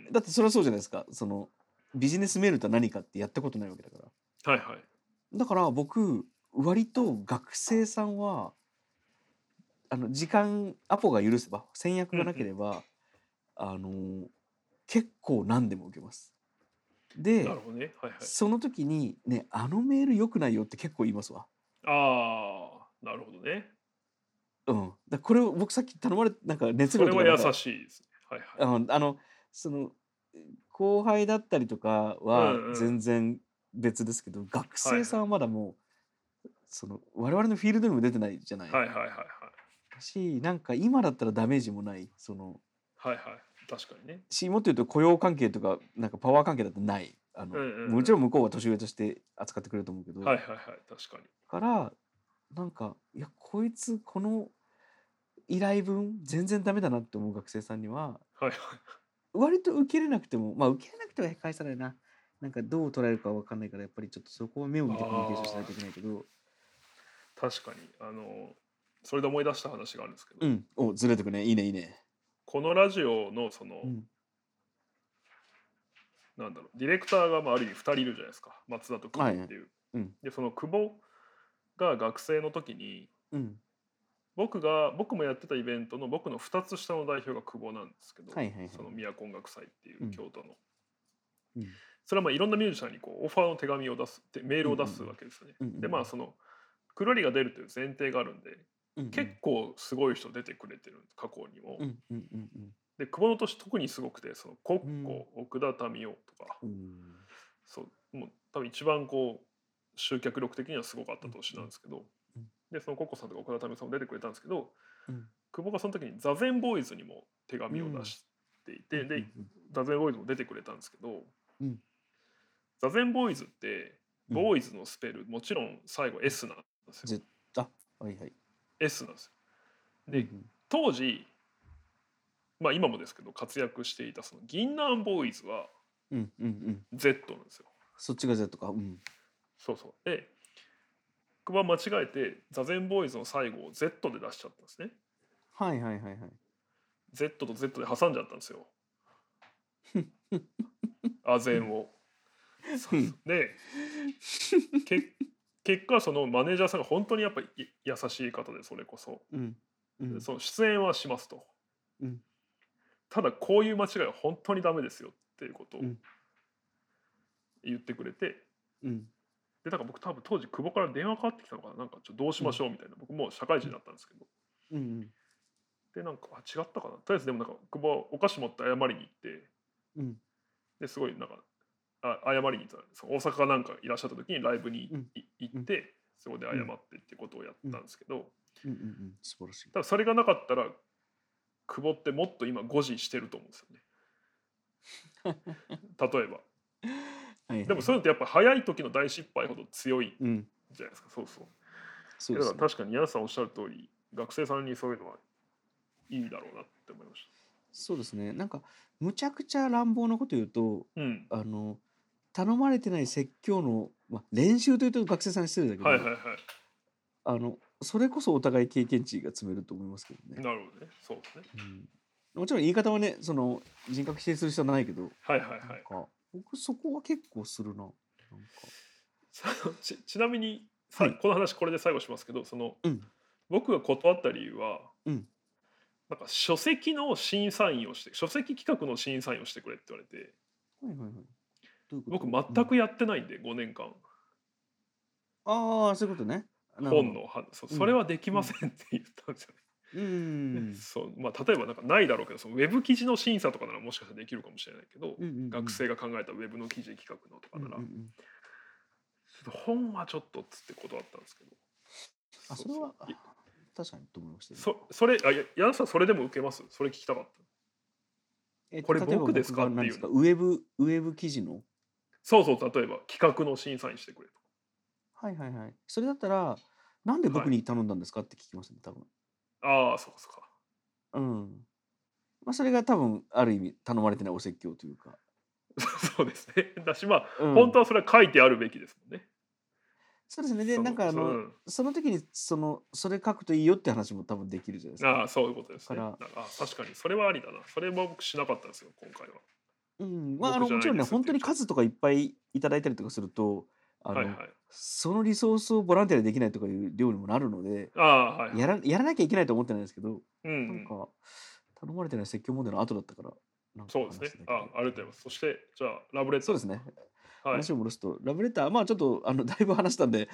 Speaker 2: ん
Speaker 1: だってそれはそうじゃないですかそのビジネスメールとは何かってやったことないわけだから
Speaker 2: はいはい
Speaker 1: だから僕割と学生さんはあの時間アポが許せば戦略がなければ、あの結構何でも受けますで
Speaker 2: なるほどねはいはい
Speaker 1: その時にねあのメール良くないよって結構言いますわ
Speaker 2: ああなるほどね
Speaker 1: うんだからこれを僕さっき頼まれなんか熱
Speaker 2: そ
Speaker 1: 量
Speaker 2: れ
Speaker 1: と
Speaker 2: は
Speaker 1: か
Speaker 2: 優
Speaker 1: なんか
Speaker 2: しいですねはいはい
Speaker 1: うんあのその後輩だったりとかは
Speaker 2: うんうん
Speaker 1: 全然別ですけど、学生さんはまだもう、その我々のフィールドにも出てないじゃない、
Speaker 2: はいはいはいはい
Speaker 1: しなんか今だったらダメージもないその
Speaker 2: はいはい確かにね
Speaker 1: しもっと言うと雇用関係とかなんかパワー関係だとないあの、
Speaker 2: うんうんうん
Speaker 1: もちろん向こうは年上として扱ってくれると思うけど、
Speaker 2: はい
Speaker 1: だ
Speaker 2: はいはい確かに
Speaker 1: からなんかいやこいつこの依頼分全然ダメだなって思う学生さんには
Speaker 2: はいはい
Speaker 1: 割と受け入れなくてもまあ受け入れなくては返さないななんかどう捉えるか分かんないからやっぱりちょっとそこは目を見てコミュニケーションしないといけないけど
Speaker 2: 確かにあのそれで思い出した話があるんですけど、
Speaker 1: うんおずれてくねいいねいいね
Speaker 2: このラジオのその、
Speaker 1: うん
Speaker 2: なんだろうディレクターがまあある意味2人いるじゃないですか松田と久保っていう、
Speaker 1: はいうん
Speaker 2: でその久保が学生の時に
Speaker 1: うん。
Speaker 2: 僕が僕もやってたイベントの僕の2つ下の代表が久保なんですけど、
Speaker 1: はいはいはい
Speaker 2: その都音楽祭っていううん京都の、
Speaker 1: うん
Speaker 2: それはまあいろんなミュージシャンにこうオファーの手紙を出すってメールを出すわけですよね。
Speaker 1: うんうんうん
Speaker 2: でまあそのくるりが出るという前提があるんで
Speaker 1: うんうん
Speaker 2: 結構すごい人出てくれてる過去にも。
Speaker 1: うんうんうんうん
Speaker 2: で久保の年特にすごくてその国
Speaker 1: うん
Speaker 2: 庫、奥田民生とか
Speaker 1: うん。
Speaker 2: そうもう多分一番こう集客力的にはすごかった年なんですけど、
Speaker 1: うん
Speaker 2: でそのココさんとか奥田民生さんも出てくれたんですけど、
Speaker 1: うん
Speaker 2: 久保がその時に座禅ボーイズにも手紙を出していて、
Speaker 1: う
Speaker 2: で
Speaker 1: ん
Speaker 2: 座禅ボーイズも出てくれたんですけど、
Speaker 1: うん
Speaker 2: 座禅ボーイズって
Speaker 1: うん
Speaker 2: ボーイズのスペル、もちろん最後 S なんですよ
Speaker 1: ぜあはいはい。
Speaker 2: S なんですよ。で
Speaker 1: うん
Speaker 2: 当時まあ今もですけど活躍していたその銀杏ボーイズは
Speaker 1: うんうんうん。
Speaker 2: Z なんですよ。
Speaker 1: そっちが Z か。うん。
Speaker 2: そうそうで僕は間違えて座禅ボーイズの最後を Z で出しちゃったんですね
Speaker 1: はいはいはいはい。
Speaker 2: Z と Z で挟んじゃったん ですよあぜんをそうそうでけ結果そのマネージャーさんが本当にやっぱりい優しい方でそれこそ,、
Speaker 1: うん。うん。
Speaker 2: その出演はしますと、
Speaker 1: うん
Speaker 2: ただこういう間違いは本当にダメですよっていうことを
Speaker 1: うん
Speaker 2: 言ってくれて、
Speaker 1: うん。
Speaker 2: でなんか僕多分当時久保から電話かかってきたのかななんかちょっとどうしましょうみたいな、僕もう社会人だったんですけど
Speaker 1: うんうん。
Speaker 2: でなんかあ違ったかなとりあえずでもなんか久保はお菓子持って謝りに行って
Speaker 1: うん。
Speaker 2: ですごいなんかあ謝りに行ったんです大阪かなんかいらっしゃった時にライブにい
Speaker 1: うん
Speaker 2: い行ってそこで謝ってっていうことをやったんですけど
Speaker 1: うんうんうん。素晴らしい。
Speaker 2: 多分それがなかったら久保ってもっと今誤字してると思うんです よね例えば
Speaker 1: はいはい
Speaker 2: でもそういうのってやっぱ早い時の大失敗ほど強いん
Speaker 1: うん。
Speaker 2: じゃないですかそうそう
Speaker 1: そうで
Speaker 2: だ
Speaker 1: す
Speaker 2: から
Speaker 1: ね。
Speaker 2: 確かに皆さんおっしゃる通り学生さんにそういうのはいいだろうなって思いまし
Speaker 1: そうですね。なんかむちゃくちゃ乱暴なこと言うと
Speaker 2: た。うん、
Speaker 1: あの頼まれてない説教の、まあ、練習というと学生さんに失礼だけど、
Speaker 2: はいはいは
Speaker 1: あのそれこそお互い経験値が積めると思いますけど
Speaker 2: い
Speaker 1: ね。
Speaker 2: なるほどねそうですね
Speaker 1: うん、もちろん言い方はねその人格否定する必要はないけど、
Speaker 2: はいはいは
Speaker 1: なん
Speaker 2: い
Speaker 1: か僕そこは結構するな。なんか
Speaker 2: そのちちなみにさ
Speaker 1: はい
Speaker 2: この話これで最後しますけどその
Speaker 1: うん
Speaker 2: 僕が断った理由は、
Speaker 1: うん
Speaker 2: なんか書籍の審査員をして書籍企画の審査員をしてくれって言われて
Speaker 1: はいはいはい。どういうこと
Speaker 2: 僕全、
Speaker 1: うん
Speaker 2: くやってないんで5年間
Speaker 1: ああそういうことね。なるほど
Speaker 2: 本。のはそ
Speaker 1: うん
Speaker 2: それはできませんって言ったんですよね。
Speaker 1: うん。
Speaker 2: そうまあ、例えばなんかないだろうけどそのウェブ記事の審査とかならもしかしたらできるかもしれないけど、
Speaker 1: うんうんうん
Speaker 2: 学生が考えたウェブの記事企画のとか
Speaker 1: うんう
Speaker 2: なんら、
Speaker 1: うん
Speaker 2: ちょっと本はちょっとっつって断ったんですけど
Speaker 1: あそれは確かにと思いました、ね。
Speaker 2: そそれあや矢田さんそれでも受けますそれ聞きたかった
Speaker 1: えっと
Speaker 2: これ
Speaker 1: 例えば
Speaker 2: 僕ですか
Speaker 1: 僕が何
Speaker 2: っていう
Speaker 1: ウェブウェブ記事の
Speaker 2: そうそう例えば企画の審査員してくれと
Speaker 1: はいはいはい。それだったら、なんで
Speaker 2: は
Speaker 1: 僕
Speaker 2: い
Speaker 1: に頼んだんですかって聞きますね、多分。
Speaker 2: ああそうかそうか
Speaker 1: うん。まあ、それが多分、ある意味、頼まれてないお説教というか。
Speaker 2: そうですね。だしまあ、
Speaker 1: うん、
Speaker 2: 本当はそれは書いてあるべきですもんね。
Speaker 1: そうですね。で、
Speaker 2: そ
Speaker 1: なんか、あ
Speaker 2: そ
Speaker 1: の、
Speaker 2: う
Speaker 1: その時に、その、それ書くといいよって話も多分できるじゃないです
Speaker 2: うんあ
Speaker 1: か。
Speaker 2: あそういうことですね。
Speaker 1: だ
Speaker 2: なん
Speaker 1: か
Speaker 2: かあ確かにそれはありだな。それも僕しなかったんですよ今回は。
Speaker 1: うん。まあ、あの、
Speaker 2: 僕じゃ
Speaker 1: も
Speaker 2: ない
Speaker 1: ちろんね、
Speaker 2: ですっていう
Speaker 1: 本当に数とかいっぱいいただいたりとかすると、あの、
Speaker 2: はいはい。
Speaker 1: そのリソースをボランティアでできないとかいう量にもなるので、
Speaker 2: ああはい、はい。
Speaker 1: やらやらなきゃいけないと思ってないですけど、
Speaker 2: う
Speaker 1: なんん。か、頼まれてない説教問題の後だったから、なんか
Speaker 2: そうですね
Speaker 1: 話。
Speaker 2: あ
Speaker 1: だけ
Speaker 2: ありがとうございます。そしてじゃあラブレター。
Speaker 1: そうですね。
Speaker 2: はい
Speaker 1: 話。を戻すと、ラブレター、まあちょっとあのだいぶ話したんで、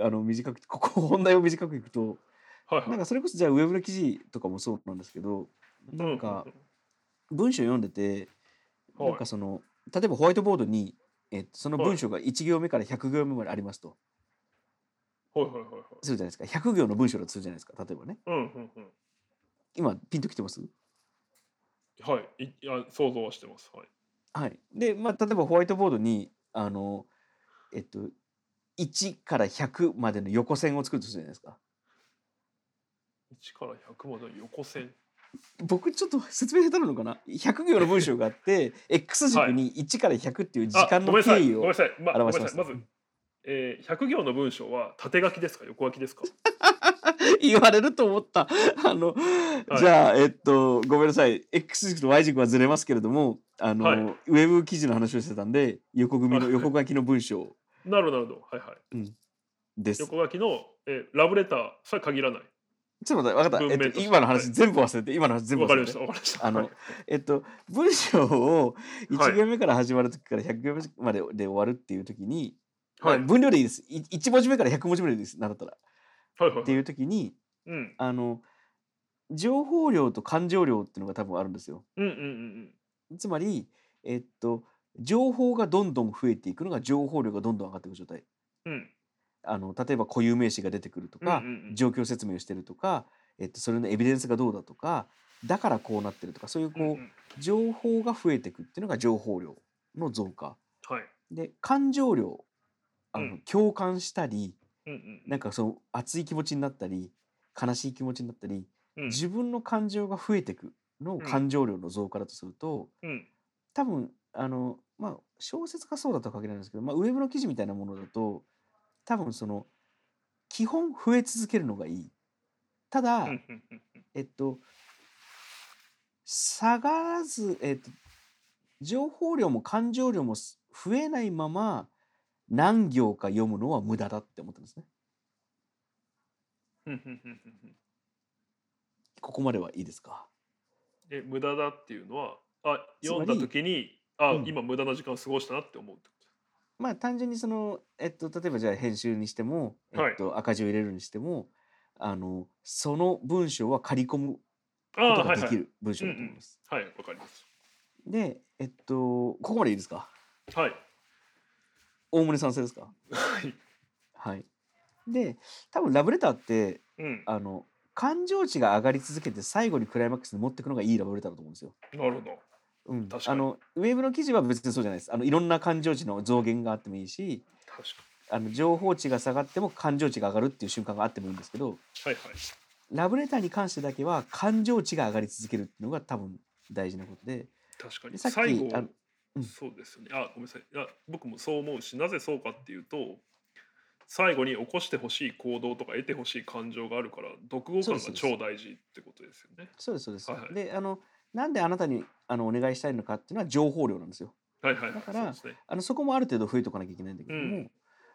Speaker 1: あの短く、 ここ本題を短くいくと、
Speaker 2: はいは
Speaker 1: ないん。かそれこそじゃあウェブの記事とかもそうなんですけど、なんか文章読んでて、
Speaker 2: はい
Speaker 1: なんかその、例えばホワイトボードに、えっと、その
Speaker 2: はい
Speaker 1: 文章が1行目から100行目までありますと、
Speaker 2: うんうんはいはいはいはい。
Speaker 1: するじゃないですか。100行の文章だとするじゃないですか、例えばね。
Speaker 2: うんうんうん。
Speaker 1: 今、ピンときてます
Speaker 2: はい。いいや想像はしてます。はい。
Speaker 1: はい。で、まあ例えばホワイトボードに、あの、えっと、1から100までの横線を作るとするじゃないですか。
Speaker 2: 一から百までの横線。
Speaker 1: 僕ちょっと説明下手なのかな100行の文章があって X 軸に1から100っていう時
Speaker 2: あ
Speaker 1: 間の
Speaker 2: ごめんなさ
Speaker 1: 経
Speaker 2: い。
Speaker 1: 緯
Speaker 2: ごめん
Speaker 1: を
Speaker 2: なさい。まあごめん
Speaker 1: 表し
Speaker 2: な
Speaker 1: ま
Speaker 2: さい。
Speaker 1: す
Speaker 2: まず。えー、100行の文章は縦書きですか横書きですか
Speaker 1: 言われると思ったあの、
Speaker 2: はい
Speaker 1: じゃあえっとごめんなさい X 軸と Y 軸はずれますけれどもあの、
Speaker 2: はい
Speaker 1: ウェブ記事の話をしてたんで横組みの
Speaker 2: はい
Speaker 1: 横書きの文章
Speaker 2: なるほどなるほどはいはい
Speaker 1: です
Speaker 2: 横書きの、えーラブレター、それは限らない。
Speaker 1: ちょっと待って、分か
Speaker 2: 文
Speaker 1: った。え
Speaker 2: 明
Speaker 1: っと、
Speaker 2: として
Speaker 1: 今の話全部忘れて、今の話全部
Speaker 2: わか
Speaker 1: 忘れ
Speaker 2: りましてた、。わかりました。
Speaker 1: あの
Speaker 2: はい
Speaker 1: えっと、文章を
Speaker 2: はい
Speaker 1: 1行目から始まる時から100行目までで終わるっていう時に、
Speaker 2: はい、
Speaker 1: まあ分量でいいです。い1文字目から100文字目でいいです。なんだったら。
Speaker 2: はい、はい
Speaker 1: っていう時に、
Speaker 2: うん、
Speaker 1: あの、情報量と感情量っていうのが多分あるんですよ。
Speaker 2: うん、うん、うん
Speaker 1: つまり、えっと、情報がどんどん増えていくのが情報量がどんどん上がっていく状態。
Speaker 2: うん、うん、
Speaker 1: あの例えば固有名詞が出てくるとか、
Speaker 2: うんうんうん
Speaker 1: 状況説明をしてるとか、えっと、それのエビデンスがどうだとかだからこうなってるとかそういうこう、
Speaker 2: うんうん
Speaker 1: 情報が増えていくっていうのが情報量の増加
Speaker 2: はい、
Speaker 1: で感情量あの、
Speaker 2: うん
Speaker 1: 共感したり
Speaker 2: うん、うん、
Speaker 1: なんかその熱い気持ちになったり悲しい気持ちになったり、
Speaker 2: うん、
Speaker 1: 自分の感情が増えていくのを
Speaker 2: ん
Speaker 1: 感情量の増加だとすると、
Speaker 2: うん、
Speaker 1: 多分あのまあ小説がそうだとは限らないんですけど、まあ、ウェブの記事みたいなものだと多分その基本増え続けるのがいいただ、
Speaker 2: うん、うん、うん、
Speaker 1: えっと下がらず、えっと、情報量も感情量もす増えないまま何行か読むのは無駄だって思ったんですね
Speaker 2: うん、うん、うん、うんうん。
Speaker 1: ここまではいいですか
Speaker 2: え、無駄だっていうのは、あ、
Speaker 1: つま
Speaker 2: 読
Speaker 1: り
Speaker 2: んだ時に、あ、
Speaker 1: うん
Speaker 2: 今無駄な時間を過ごしたなって思うってこ
Speaker 1: まあ単純にその、えっと、例えばじゃあ編集にしても、
Speaker 2: はい
Speaker 1: えっと、赤字を入れるにしてもあのその文章は刈り込む
Speaker 2: と。あ
Speaker 1: こ
Speaker 2: あ、
Speaker 1: とが
Speaker 2: はい、
Speaker 1: で
Speaker 2: は
Speaker 1: き
Speaker 2: い、
Speaker 1: る文章だと思います。
Speaker 2: はい、わかります。
Speaker 1: で、えっと、ここまでいいですか
Speaker 2: はい、
Speaker 1: おおむね賛成ですか
Speaker 2: はい、
Speaker 1: はい。で、多分ラブレターって、
Speaker 2: うん、
Speaker 1: あの、感情値が上がり続けて最後にクライマックスに持っていくのがいいラブレターだと思うんですよ。
Speaker 2: なるほど。
Speaker 1: うん、
Speaker 2: 確か
Speaker 1: あ
Speaker 2: に
Speaker 1: のウェブの記事は別にそうじゃないですあのいろんな感情値の増減があってもいいし
Speaker 2: 確か
Speaker 1: あの情報値が下がっても感情値が上がるっていう瞬間があってもいいんですけど
Speaker 2: に。はい、はい。
Speaker 1: ラブレターに関してだけは感情値が上がり続けるっていうのが多分大事なことで
Speaker 2: 確か
Speaker 1: で
Speaker 2: に
Speaker 1: さっき
Speaker 2: 最後
Speaker 1: あのうん
Speaker 2: そうですよねあごめんなさいあ僕もそう思うしなぜそうかっていうと最後に起こしてほしい行動とか得てほしい感情があるから読後
Speaker 1: そう
Speaker 2: 感
Speaker 1: です
Speaker 2: が超大事ってことですよね
Speaker 1: そうですそうです、
Speaker 2: はいはい
Speaker 1: であのなんであなたにあのお願いしたいのかっていうのは情報量なんですよ
Speaker 2: はいはいはい
Speaker 1: だから
Speaker 2: そうですね
Speaker 1: あのそこもある程度増えておかなきゃいけないんだけども、
Speaker 2: うん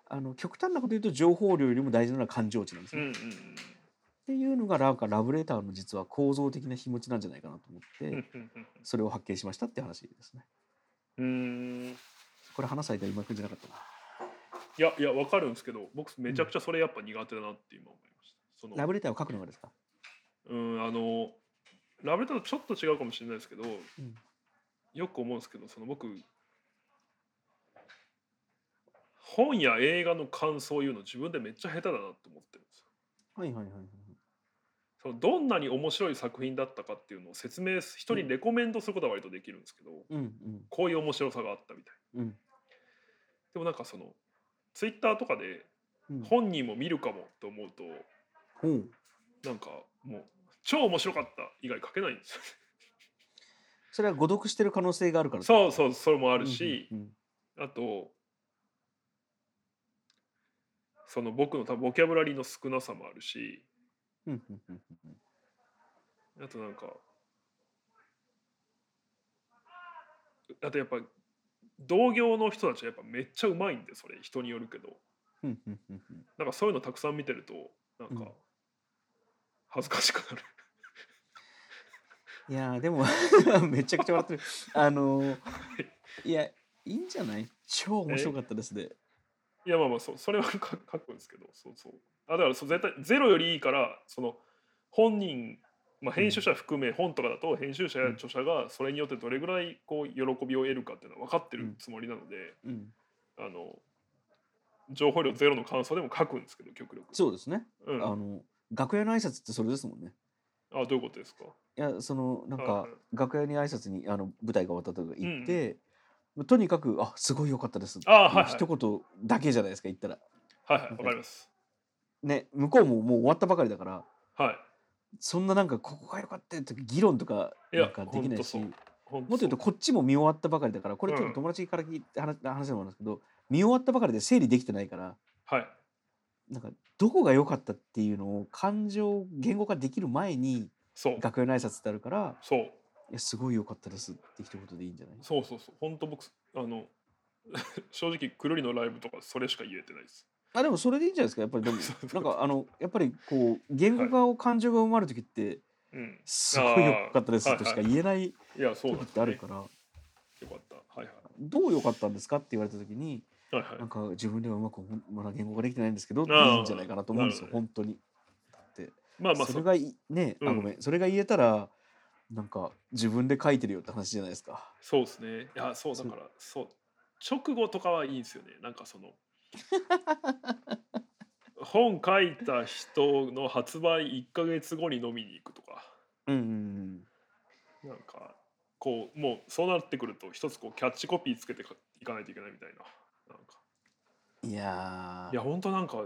Speaker 1: あの極端なこと言うと情報量よりも大事なのは感情値なんです
Speaker 2: うん
Speaker 1: ね、
Speaker 2: うん
Speaker 1: っていうのがなんかラブレターの実は構造的な日持ちなんじゃないかなと思って、
Speaker 2: うんうん
Speaker 1: それを発見しましたって話ですね
Speaker 2: うんうんうーん
Speaker 1: これ話されたらうまくいくんじゃなかったない
Speaker 2: やいやわかるんですけど僕めちゃくちゃそれやっぱ苦手だなって今思いましたその
Speaker 1: ラブレターを書くのがですか
Speaker 2: うんあのラブレターとちょっと違うかもしれないですけど、
Speaker 1: ん
Speaker 2: よく思うんですけどその僕本や映画の感想を言うの自分でめっちゃ下手だなと思ってるんですよ。
Speaker 1: はいはいはいはい
Speaker 2: そのどんなに面白い作品だったかっていうのを説明す人にレコメンドすることは割とできるんですけど、
Speaker 1: うん
Speaker 2: こういう面白さがあったみたい
Speaker 1: うんうん
Speaker 2: でもなんかそのツイッターとかで
Speaker 1: うん
Speaker 2: 本人も見るかもって思うと
Speaker 1: ほう
Speaker 2: なんかもう超面白かった以外書けないんですよね。
Speaker 1: それは誤読してる可能性があるから
Speaker 2: そううそうそれもあ
Speaker 1: あ
Speaker 2: るし、
Speaker 1: うんうん
Speaker 2: あとその僕の多分ボキャブラリーの少なさもあるし
Speaker 1: うんうんうんうん
Speaker 2: あとなんかあとやっぱ同業の人たちはやっぱめっちゃうまいんでそれ人によるけど
Speaker 1: うんうんうんうん
Speaker 2: なんかそういうのたくさん見てるとなん
Speaker 1: うん
Speaker 2: か恥ずかしくなる、
Speaker 1: いやーでも めちゃくちゃ笑ってる。あのーいやいいんじゃない超面白かったですね。
Speaker 2: いやまあまあそうそ れは書く書くんですけどそうそうあだからそう絶対ゼロよりいいからその本人、まあ、編集者含め本とかだと編集者や著者がそれによってどれぐらいこう喜びを得るかっていうのは分かってるつもりなので、
Speaker 1: うん、
Speaker 2: あの情報量ゼロの感想でも書くんですけど極力。
Speaker 1: そうですね。
Speaker 2: う
Speaker 1: あ
Speaker 2: ん、あ
Speaker 1: の楽屋の挨拶ってそれですもんね。
Speaker 2: どういうことですか
Speaker 1: いやそのなん
Speaker 2: は
Speaker 1: か
Speaker 2: いはい
Speaker 1: 楽屋に挨拶にあの舞台が終わったとか
Speaker 2: うんう
Speaker 1: 行
Speaker 2: ん
Speaker 1: って、とにかくあすごい良かったですってい
Speaker 2: あはいはいう
Speaker 1: 一言だけじゃないですか言ったら
Speaker 2: はいはい分かります。
Speaker 1: ね向こうももう終わったばかりだから
Speaker 2: はい
Speaker 1: そんななんかここが良かったとか議論とか
Speaker 2: いや
Speaker 1: なんかできないし。
Speaker 2: ほんとほん
Speaker 1: もっと言うとこっちも見終わったばかりだからこれちょっ
Speaker 2: うん
Speaker 1: と友達から聞いて話話したものなんですけど見終わったばかりで整理できてないから
Speaker 2: はい
Speaker 1: なんかどこが良かったっていうのを感情言語化できる前に
Speaker 2: そう
Speaker 1: 学園の挨拶ってあるから
Speaker 2: そう
Speaker 1: 「いやすごい良かったです」って一言でいいんじゃない
Speaker 2: そうそうそう本当僕あの正直くるりのライブとかそれしか言えてないです。
Speaker 1: あでもそれでいいんじゃないですかやっぱりでも
Speaker 2: そうそう
Speaker 1: なんかあのやっぱりこう言語化を感情が生まれる時って
Speaker 2: うん、
Speaker 1: すごい良かったですとしか言えない
Speaker 2: いやそう
Speaker 1: 時
Speaker 2: なん
Speaker 1: っ
Speaker 2: です、
Speaker 1: てあるか
Speaker 2: ね、
Speaker 1: ら
Speaker 2: よかったはいは
Speaker 1: どう良かったんですかって言われた時に
Speaker 2: いはい
Speaker 1: な
Speaker 2: は
Speaker 1: んか自分ではうまくほんまだ言語ができてないんですけどって
Speaker 2: あー
Speaker 1: いいんじゃないかなと思うんですよ
Speaker 2: なるほ
Speaker 1: 本当に。だって
Speaker 2: いまあま
Speaker 1: そ
Speaker 2: あそ
Speaker 1: れ
Speaker 2: う
Speaker 1: がいねあ
Speaker 2: うん
Speaker 1: ごめんそれが言えたらなんか自分で書いてるよって話じゃないですか。
Speaker 2: そうですねいやそうだ
Speaker 1: そう
Speaker 2: からそう直後とかはいいんですよねなんか その本書いた人の発売1か月後に飲みに行くとか
Speaker 1: うんうんうん
Speaker 2: なんかこうもうそうなってくると一つこうキャッチコピーつけてかいかないといけないみたいななんか
Speaker 1: いやー
Speaker 2: いやほんとなんか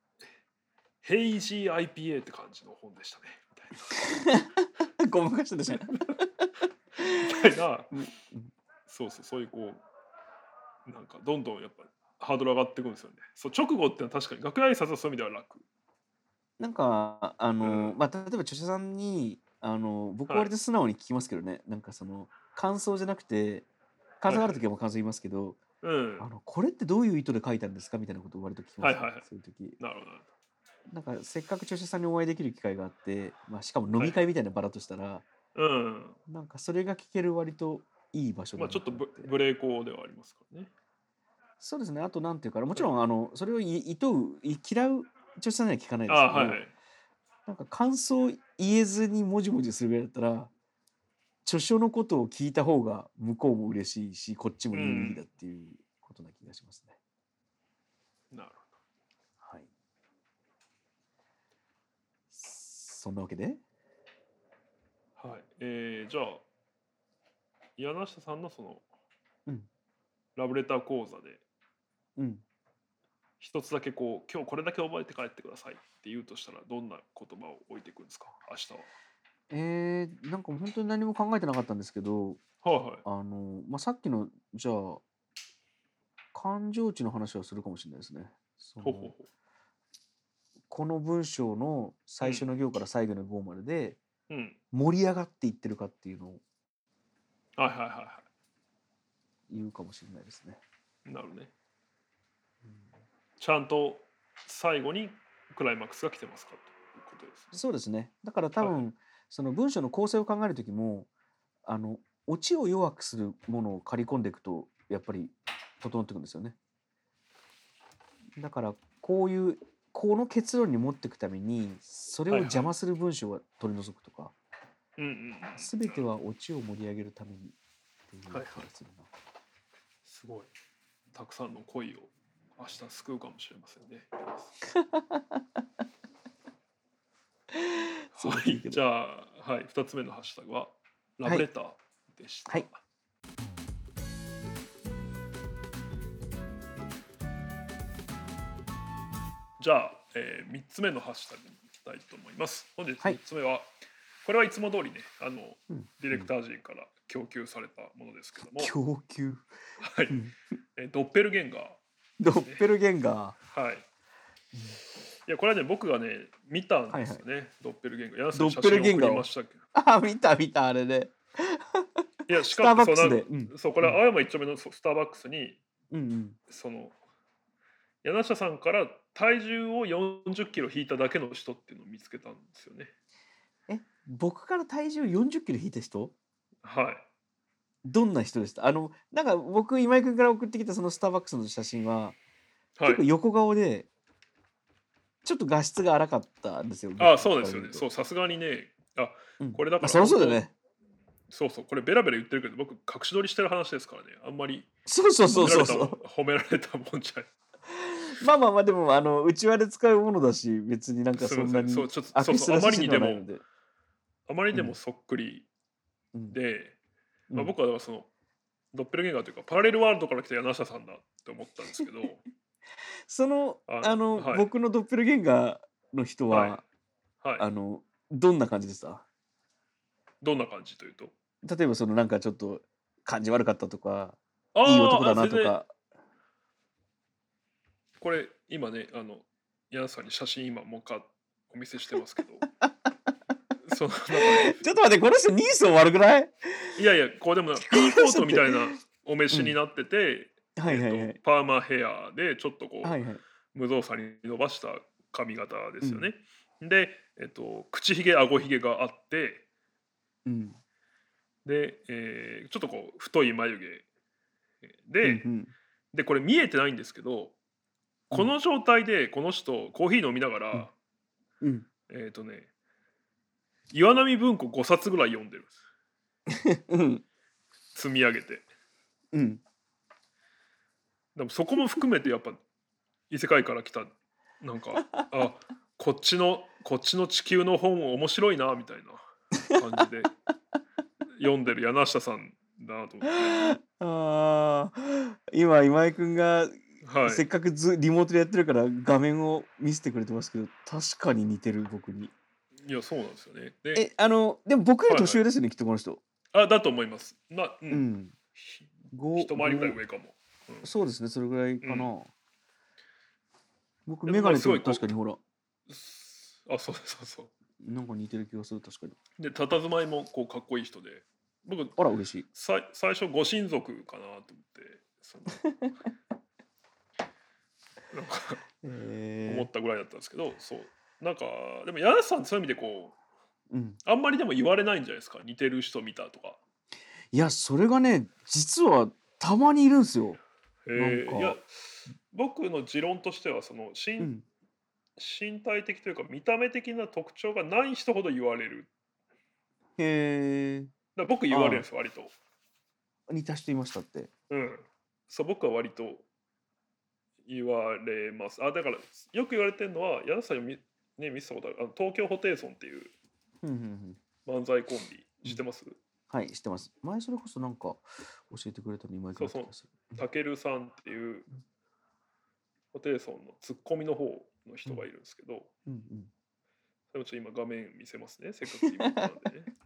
Speaker 2: 「ヘイジー IPA」って感じの本でしたね
Speaker 1: ごまかしてたじゃん。
Speaker 2: みたいな
Speaker 1: うん
Speaker 2: そうそうそういうこうなんかどんどんやっぱハードル上がっていくんですよねそう直後ってのは確かに楽屋挨拶はそういう意味では楽
Speaker 1: なんかあの、
Speaker 2: うん
Speaker 1: まあ例えば著者さんにあの僕は割と素直に聞きますけどね、なんかその感想じゃなくて感想がある時はもう感想言いますけど、
Speaker 2: うん
Speaker 1: あのこれってどういう意図で書いたんですかみたいなことを割と聞きます、ね
Speaker 2: はいはいはい
Speaker 1: そういう時
Speaker 2: なるほどなる
Speaker 1: なんかせっかく著者さんにお会いできる機会があって、まあ、しかも飲み会みたいな場だとしたら、
Speaker 2: ほどうん
Speaker 1: なんかそれが聞ける割といい場所だ
Speaker 2: まあ
Speaker 1: な
Speaker 2: ちょっと
Speaker 1: 思
Speaker 2: ブ
Speaker 1: て
Speaker 2: ブレーコーではありますからね
Speaker 1: そうですねあとなんていうかなもちろんあのそれをいいとうい嫌う著者さんには聞かないですけ
Speaker 2: あ
Speaker 1: ど
Speaker 2: はいはい
Speaker 1: なんか感想言えずにもじもじするぐらいだったら著書のことを聞いた方が向こうも嬉しいしこっちも有意義だっていうことな気がしますね。
Speaker 2: なる
Speaker 1: はい、そんなわけで
Speaker 2: ほどはいえー、じゃあ柳下さんのその、
Speaker 1: うん
Speaker 2: ラブレター講座で
Speaker 1: うん
Speaker 2: 一つだけこう今日これだけ覚えて帰ってくださいって言うとしたらどんな言葉を置いていくんですか明日
Speaker 1: えー、なんか本当に何も考えてなかったんですけど
Speaker 2: ははいはい
Speaker 1: あの、まあ、さっきのじゃあ感情値の話はするかもしれないですね。そ
Speaker 2: ほう
Speaker 1: の
Speaker 2: ほうほ
Speaker 1: この文章の最初の行から最後の行までで
Speaker 2: ううん
Speaker 1: 盛り上がっていってるかっていうのを
Speaker 2: はいはいはいは
Speaker 1: 言うかもしれないですね。
Speaker 2: いなるねちゃんと最後にクライマックスが来てますかということですね
Speaker 1: そうですね。だから多分、
Speaker 2: は
Speaker 1: その文章の構成を考える時もあのオチを弱くするものを刈り込んでいくとやっぱり整っていくんですよね。だからこういうこの結論に持っていくためにそれを
Speaker 2: はいはい
Speaker 1: 邪魔する文章は取り除くとか、
Speaker 2: うんうんうん
Speaker 1: 全てはオチを盛り上げるためにっていう気
Speaker 2: はいは
Speaker 1: が
Speaker 2: い
Speaker 1: するな。
Speaker 2: すごいたくさんの恋を明日救うかもしれませんね
Speaker 1: そう
Speaker 2: は
Speaker 1: ですね
Speaker 2: いじゃあはい二つ目のハッシュタグはラブレターでした
Speaker 1: はい
Speaker 2: じゃあ、えー、3つ目のハッシュタグに行きたいと思います。本日
Speaker 1: はい
Speaker 2: 3つ目は、これはいつも通りねあの
Speaker 1: うん
Speaker 2: ディレクター陣から供給されたものですけども、
Speaker 1: 供給
Speaker 2: はい
Speaker 1: うん
Speaker 2: えードッペルゲンガー
Speaker 1: ドッペルゲンガー。
Speaker 2: はい。いやこれはね僕がね見たんですよね、ドッペルゲンガー柳さんに
Speaker 1: ドッペルゲンガー
Speaker 2: 写真送りましたけど
Speaker 1: あ見た見たあれで、
Speaker 2: いやし
Speaker 1: スタ
Speaker 2: か
Speaker 1: ーバ
Speaker 2: も
Speaker 1: ック
Speaker 2: そ
Speaker 1: ス
Speaker 2: う
Speaker 1: で
Speaker 2: な。
Speaker 1: うん
Speaker 2: そうこれは青山一丁目のそうスターバックスに
Speaker 1: うんうん。
Speaker 2: その柳下さんから体重を40キロ引いただけの人っていうのを見つけたんですよね。
Speaker 1: え僕から体重40キロ引いた人
Speaker 2: はい。
Speaker 1: どんな人でしたあのなんか僕今井君から送ってきたそのスターバックスの写真は、
Speaker 2: はい
Speaker 1: 結構、横顔でちょっと画質が荒かったんですよ。、
Speaker 2: あそうですよね。そううさすがにねあ
Speaker 1: うん
Speaker 2: これだ
Speaker 1: ま
Speaker 2: から
Speaker 1: あそりゃそうだよね。
Speaker 2: そうそうこれベラベラ言ってるけど僕隠し撮りしてる話ですからねあんまり
Speaker 1: そうそうそ
Speaker 2: 褒
Speaker 1: う
Speaker 2: めら
Speaker 1: そう
Speaker 2: れた
Speaker 1: そ
Speaker 2: も
Speaker 1: う。
Speaker 2: ん褒められたもんじゃない。
Speaker 1: まあまあまあでもあのうちわで使うものだし別になんか
Speaker 2: す
Speaker 1: そ
Speaker 2: み
Speaker 1: ん
Speaker 2: ま
Speaker 1: な
Speaker 2: せん
Speaker 1: に
Speaker 2: そうちょっとそ
Speaker 1: 悪
Speaker 2: う
Speaker 1: 質
Speaker 2: そうあ
Speaker 1: な
Speaker 2: ま
Speaker 1: 写
Speaker 2: りに
Speaker 1: 真
Speaker 2: で
Speaker 1: ではない
Speaker 2: も
Speaker 1: ので。
Speaker 2: あまりで
Speaker 1: う
Speaker 2: も
Speaker 1: ん
Speaker 2: そっくり
Speaker 1: うん
Speaker 2: で、まあ、
Speaker 1: うん
Speaker 2: 僕はだからそのドッペルゲンガーというかパラレルワールドから来た柳下さんだって思ったんですけ ど
Speaker 1: その
Speaker 2: あ
Speaker 1: あの、
Speaker 2: はい
Speaker 1: 僕のドッペルゲンガーの人は、
Speaker 2: は
Speaker 1: あ
Speaker 2: はい
Speaker 1: のどんな感じでした
Speaker 2: どんな感じというと
Speaker 1: 例えばそのなんかちょっと感じ悪かったとか
Speaker 2: あー
Speaker 1: いい男だ
Speaker 2: あ
Speaker 1: な
Speaker 2: 全
Speaker 1: と
Speaker 2: 然
Speaker 1: か
Speaker 2: これ今ねあの柳下さんに写真今もう一回お見せしてます けどそのなんかね
Speaker 1: ちょっと待ってこの人人相悪くない
Speaker 2: いやいやこうでもな ピンコートみたいなお召しになってて、
Speaker 1: はいはいは
Speaker 2: えっ
Speaker 1: い
Speaker 2: とパーマヘアでちょっとこう、
Speaker 1: はいはい
Speaker 2: 無造作に伸ばした髪型ですよね。で、えっと、口ひげあごひげがあって
Speaker 1: うん。
Speaker 2: で、えーちょっとこう太い眉毛
Speaker 1: う
Speaker 2: で、
Speaker 1: ん
Speaker 2: でこれ見えてないんですけどこの状態でこの人コーヒー飲みながら、
Speaker 1: うん。うん。
Speaker 2: えっ、とね岩波文庫5冊ぐらい読んでるんで
Speaker 1: うん。
Speaker 2: す積み上げて
Speaker 1: うん。
Speaker 2: でもそこも含めてやっぱ異世界から来たなんかあこっちのこっちの地球の本面白いなみたいな感じで読んでる柳下さんだなと思って、
Speaker 1: ああ、今今井くんが
Speaker 2: はい、
Speaker 1: せっかくずリモートでやってるから画面を見せてくれてますけど確かに似てる僕に
Speaker 2: いやそうなんですよねで
Speaker 1: えあのでも僕より
Speaker 2: はいはい
Speaker 1: 年上ですよね、きっとこの人
Speaker 2: あだと思いますな、う
Speaker 1: うんん
Speaker 2: ひ
Speaker 1: 5
Speaker 2: 一回りぐらい上かも
Speaker 1: そうですねそれぐらいかな、
Speaker 2: う
Speaker 1: 僕
Speaker 2: でも
Speaker 1: メガネと
Speaker 2: まあすごい
Speaker 1: も
Speaker 2: こう
Speaker 1: 確かにほら
Speaker 2: あそうそうそう
Speaker 1: なんか似てる気がする確かに
Speaker 2: で佇まいもこうかっこいい人で僕
Speaker 1: あら嬉しい
Speaker 2: さい最初ご親族かなと思ってそのなんか思
Speaker 1: え
Speaker 2: ったぐらいだったんですけどそうなんかでも柳瀬さんってそういう意味でこう
Speaker 1: ーうん、
Speaker 2: あんまりでも言われないんじゃないですか似てる人見たとか。
Speaker 1: いやそれがね実はたまにいるんですよ、
Speaker 2: えー
Speaker 1: なんか
Speaker 2: いや僕の持論としてはその身,、
Speaker 1: うん、
Speaker 2: 身体的というか見た目的な特徴がない人ほど言われる
Speaker 1: へえ
Speaker 2: だから僕言われるんですよ割と。
Speaker 1: 似た人いましたって
Speaker 2: うん、そう僕は割と言われますあだからよく言われてるのは矢田さんに見,、ね、見せたことあるあの東京ホテイソンっていう
Speaker 1: うんうんうん
Speaker 2: 漫才コンビ知ってます
Speaker 1: はい知ってます前それこそなんか教えてくれたの今井くんだった気がする
Speaker 2: たけるさんっていうホテイソンのツッコミの方の人がいるんですけど、
Speaker 1: うんうん
Speaker 2: それもちょっと今画面見せますねせっかくリモートなん でね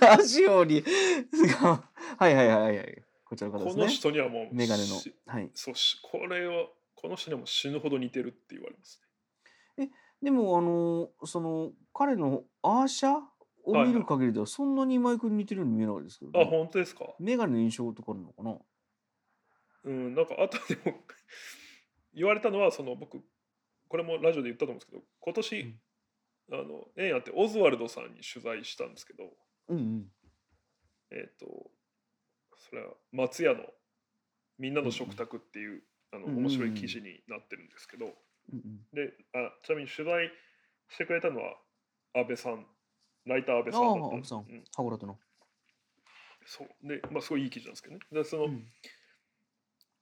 Speaker 1: なラジオにはいはいはいはいこちらの方で
Speaker 2: こ
Speaker 1: す
Speaker 2: の
Speaker 1: ね
Speaker 2: 人にはもう
Speaker 1: メガネの
Speaker 2: し
Speaker 1: はい
Speaker 2: そうしこれはこの人にはもう死ぬほど似てるって言われます
Speaker 1: でもあのーその彼のアーシャを見る限りではそんなに今井君に似てるように見えないですけど、
Speaker 2: ねあ
Speaker 1: ね、
Speaker 2: 本当ですか
Speaker 1: メガネの印象とかあるのかな
Speaker 2: うん、なんかあとでも 言われたのはその僕これもラジオで言ったと思うんですけど今年、あの縁あってオズワルドさんに取材したんですけど
Speaker 1: うん
Speaker 2: えっ、とそれは松屋の「みんなの食卓」っていう、あの
Speaker 1: うんうん
Speaker 2: 面白い記事になってるんですけど、
Speaker 1: うんうん
Speaker 2: であちなみに取材してくれたのは安倍さんライター安
Speaker 1: う
Speaker 2: 倍
Speaker 1: ん
Speaker 2: さんだった
Speaker 1: ああ
Speaker 2: ん
Speaker 1: 安部さん函
Speaker 2: ですうん
Speaker 1: 館の
Speaker 2: そうでまあすごいいい記事なんですけどねでその、
Speaker 1: うん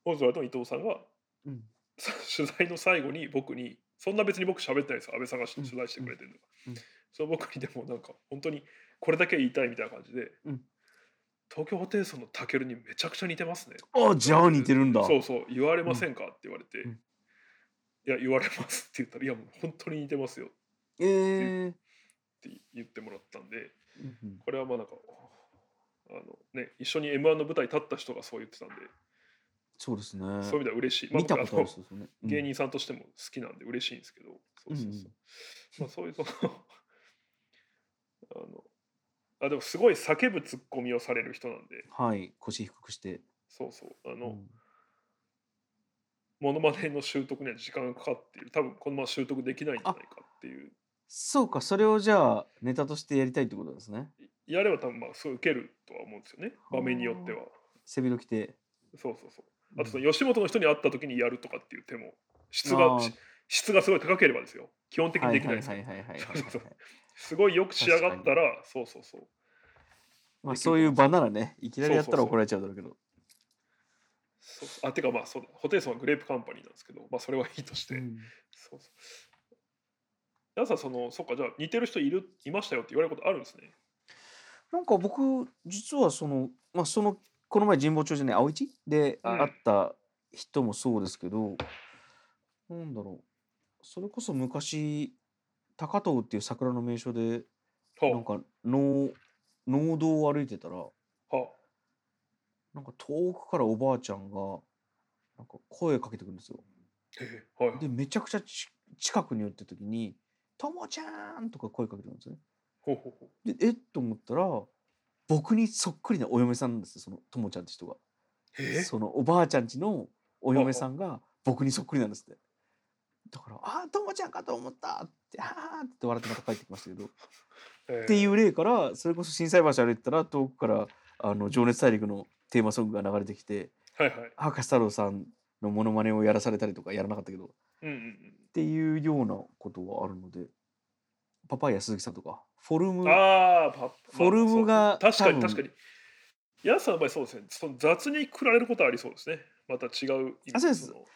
Speaker 2: オズワルドの伊藤さんが
Speaker 1: うん
Speaker 2: そ取材の最後に僕にそんな別に僕喋ってないですよ安倍さんがし
Speaker 1: うん
Speaker 2: 取材してくれてるのが、
Speaker 1: うん
Speaker 2: その僕にでもなんか本当にこれだけ言いたいみたいな感じで、
Speaker 1: うん
Speaker 2: 東京ホテイソンのタケルにめちゃくちゃ似てますね
Speaker 1: あじゃあ似てるんだ
Speaker 2: そうそう言われませんかって言われて、
Speaker 1: うん
Speaker 2: いや言われますって言ったらいやもう本当に似てますよっ
Speaker 1: えー
Speaker 2: て言ってもらったんで
Speaker 1: うんうん
Speaker 2: これはまあなんかあのね一緒に M1 の舞台立った人がそう言ってたんで、
Speaker 1: そうですね
Speaker 2: そういう意味では嬉しい、まあ
Speaker 1: 見たこ
Speaker 2: 僕
Speaker 1: とあ
Speaker 2: あ
Speaker 1: る
Speaker 2: の
Speaker 1: 人ですよねうん
Speaker 2: 芸人さんとしても好きなんで嬉しいんですけど、そうそう
Speaker 1: うんう
Speaker 2: そう
Speaker 1: ん
Speaker 2: まあそういう そのあのあでもすごい叫ぶツッコミをされる人なんで
Speaker 1: はい腰低くして
Speaker 2: そうそうあ
Speaker 1: う
Speaker 2: の、
Speaker 1: ん
Speaker 2: モノマネの習得には時間がかかっている多分このまま習得できないんじゃないかっていう
Speaker 1: そうかそれをじゃあネタとしてやりたいってことですね
Speaker 2: やれば多分まあすごい受けるとは思うんですよね場面によっては
Speaker 1: 背広着て
Speaker 2: そうそうそううんあとその吉本の人に会った時にやるとかっていう手も質
Speaker 1: あ
Speaker 2: が
Speaker 1: ー
Speaker 2: し質がすごい高ければですよ基本的にできないです
Speaker 1: は
Speaker 2: よ
Speaker 1: いはいはいはいはい
Speaker 2: そ
Speaker 1: はい
Speaker 2: うそうそ
Speaker 1: は
Speaker 2: う
Speaker 1: い
Speaker 2: すごいよく仕上がった
Speaker 1: 確
Speaker 2: らそうそうそう
Speaker 1: まあ
Speaker 2: できる
Speaker 1: そういう場ならねいきなりやった
Speaker 2: そ
Speaker 1: ら
Speaker 2: うそうそう
Speaker 1: 怒られちゃうだろうけど
Speaker 2: そうそうあてかまあそうだホテイソンはグレープカンパニーなんですけどまあそれはいいとして、
Speaker 1: うん
Speaker 2: そうそう皆さんそのそっかじゃあ似てる人いるいましたよって言われることあるんですね
Speaker 1: なんか僕実はそのまあそのこの前神保町じゃない青市で
Speaker 2: うん
Speaker 1: 会った人もそうですけど、なんだろうそれこそ昔高遠っていう桜の名所でなん
Speaker 2: は
Speaker 1: か農農道を歩いてたら
Speaker 2: あは
Speaker 1: なんか遠くからおばあちゃんがなんか声かけてくるんですよ。
Speaker 2: あへえはい
Speaker 1: でめちゃくちゃち近くに寄った時に「ともちゃん!」とか声かけてくるんですね。
Speaker 2: ほうほうほ
Speaker 1: でえっと思ったら僕にそっくりなお嫁さんなんですよそのともちゃんって人が
Speaker 2: うえ
Speaker 1: そのおばあちゃんちのお嫁さんが僕にそっくりなんですってだから「あーともちゃんかと思った!」って「ああ!」って笑ってまた帰ってきましたけど、
Speaker 2: え
Speaker 1: っていうう例からそれこそ心斎橋歩いてたら遠くから「あの情熱大陸」のテーマソングが流れてきて
Speaker 2: はいはい
Speaker 1: 博士太郎さんのモノマネをやらされたりとかやらなかったけどっ
Speaker 2: うんうんうん
Speaker 1: ていうようなことはあるのでパパイヤ鈴木さんとかフォルム
Speaker 2: ああ、パ
Speaker 1: フォルムが
Speaker 2: まあそうですね確かに
Speaker 1: 多分
Speaker 2: 確かに。ヤスさんの場合そうですね。その雑に食られることはありそうですね。また違う意味
Speaker 1: あそうです
Speaker 2: の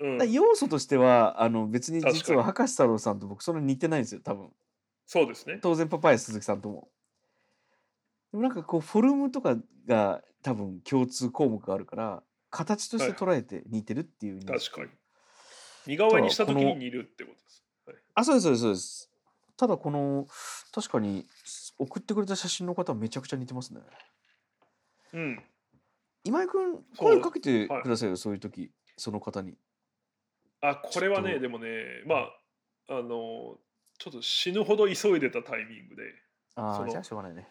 Speaker 2: うん
Speaker 1: だから、要素としてはあの別に
Speaker 2: 確か
Speaker 1: 実
Speaker 2: に
Speaker 1: は博士太郎さんと僕そんなに似てないんですよ多分
Speaker 2: そうですね。
Speaker 1: 当然パパイヤ鈴木さんとも。でもなんかこうフォルムとかが多分共通項目があるから形として捉えて似てるっていう認識、
Speaker 2: 確かに。似顔絵にした時に似るってことです。
Speaker 1: あそうですそうですそうですただこの確かに送ってくれた写真の方めちゃくちゃ似てますね
Speaker 2: うん。
Speaker 1: 今井君
Speaker 2: そう
Speaker 1: 声かけて
Speaker 2: はい
Speaker 1: くださいよそう,、いう時その方に
Speaker 2: あ、これは
Speaker 1: ちょ
Speaker 2: ね、
Speaker 1: っと
Speaker 2: でもね、まあ、あの、ちょっと死ぬほど急いでたタイミングで、
Speaker 1: あ
Speaker 2: そ
Speaker 1: あ
Speaker 2: の
Speaker 1: じゃあしょうがないね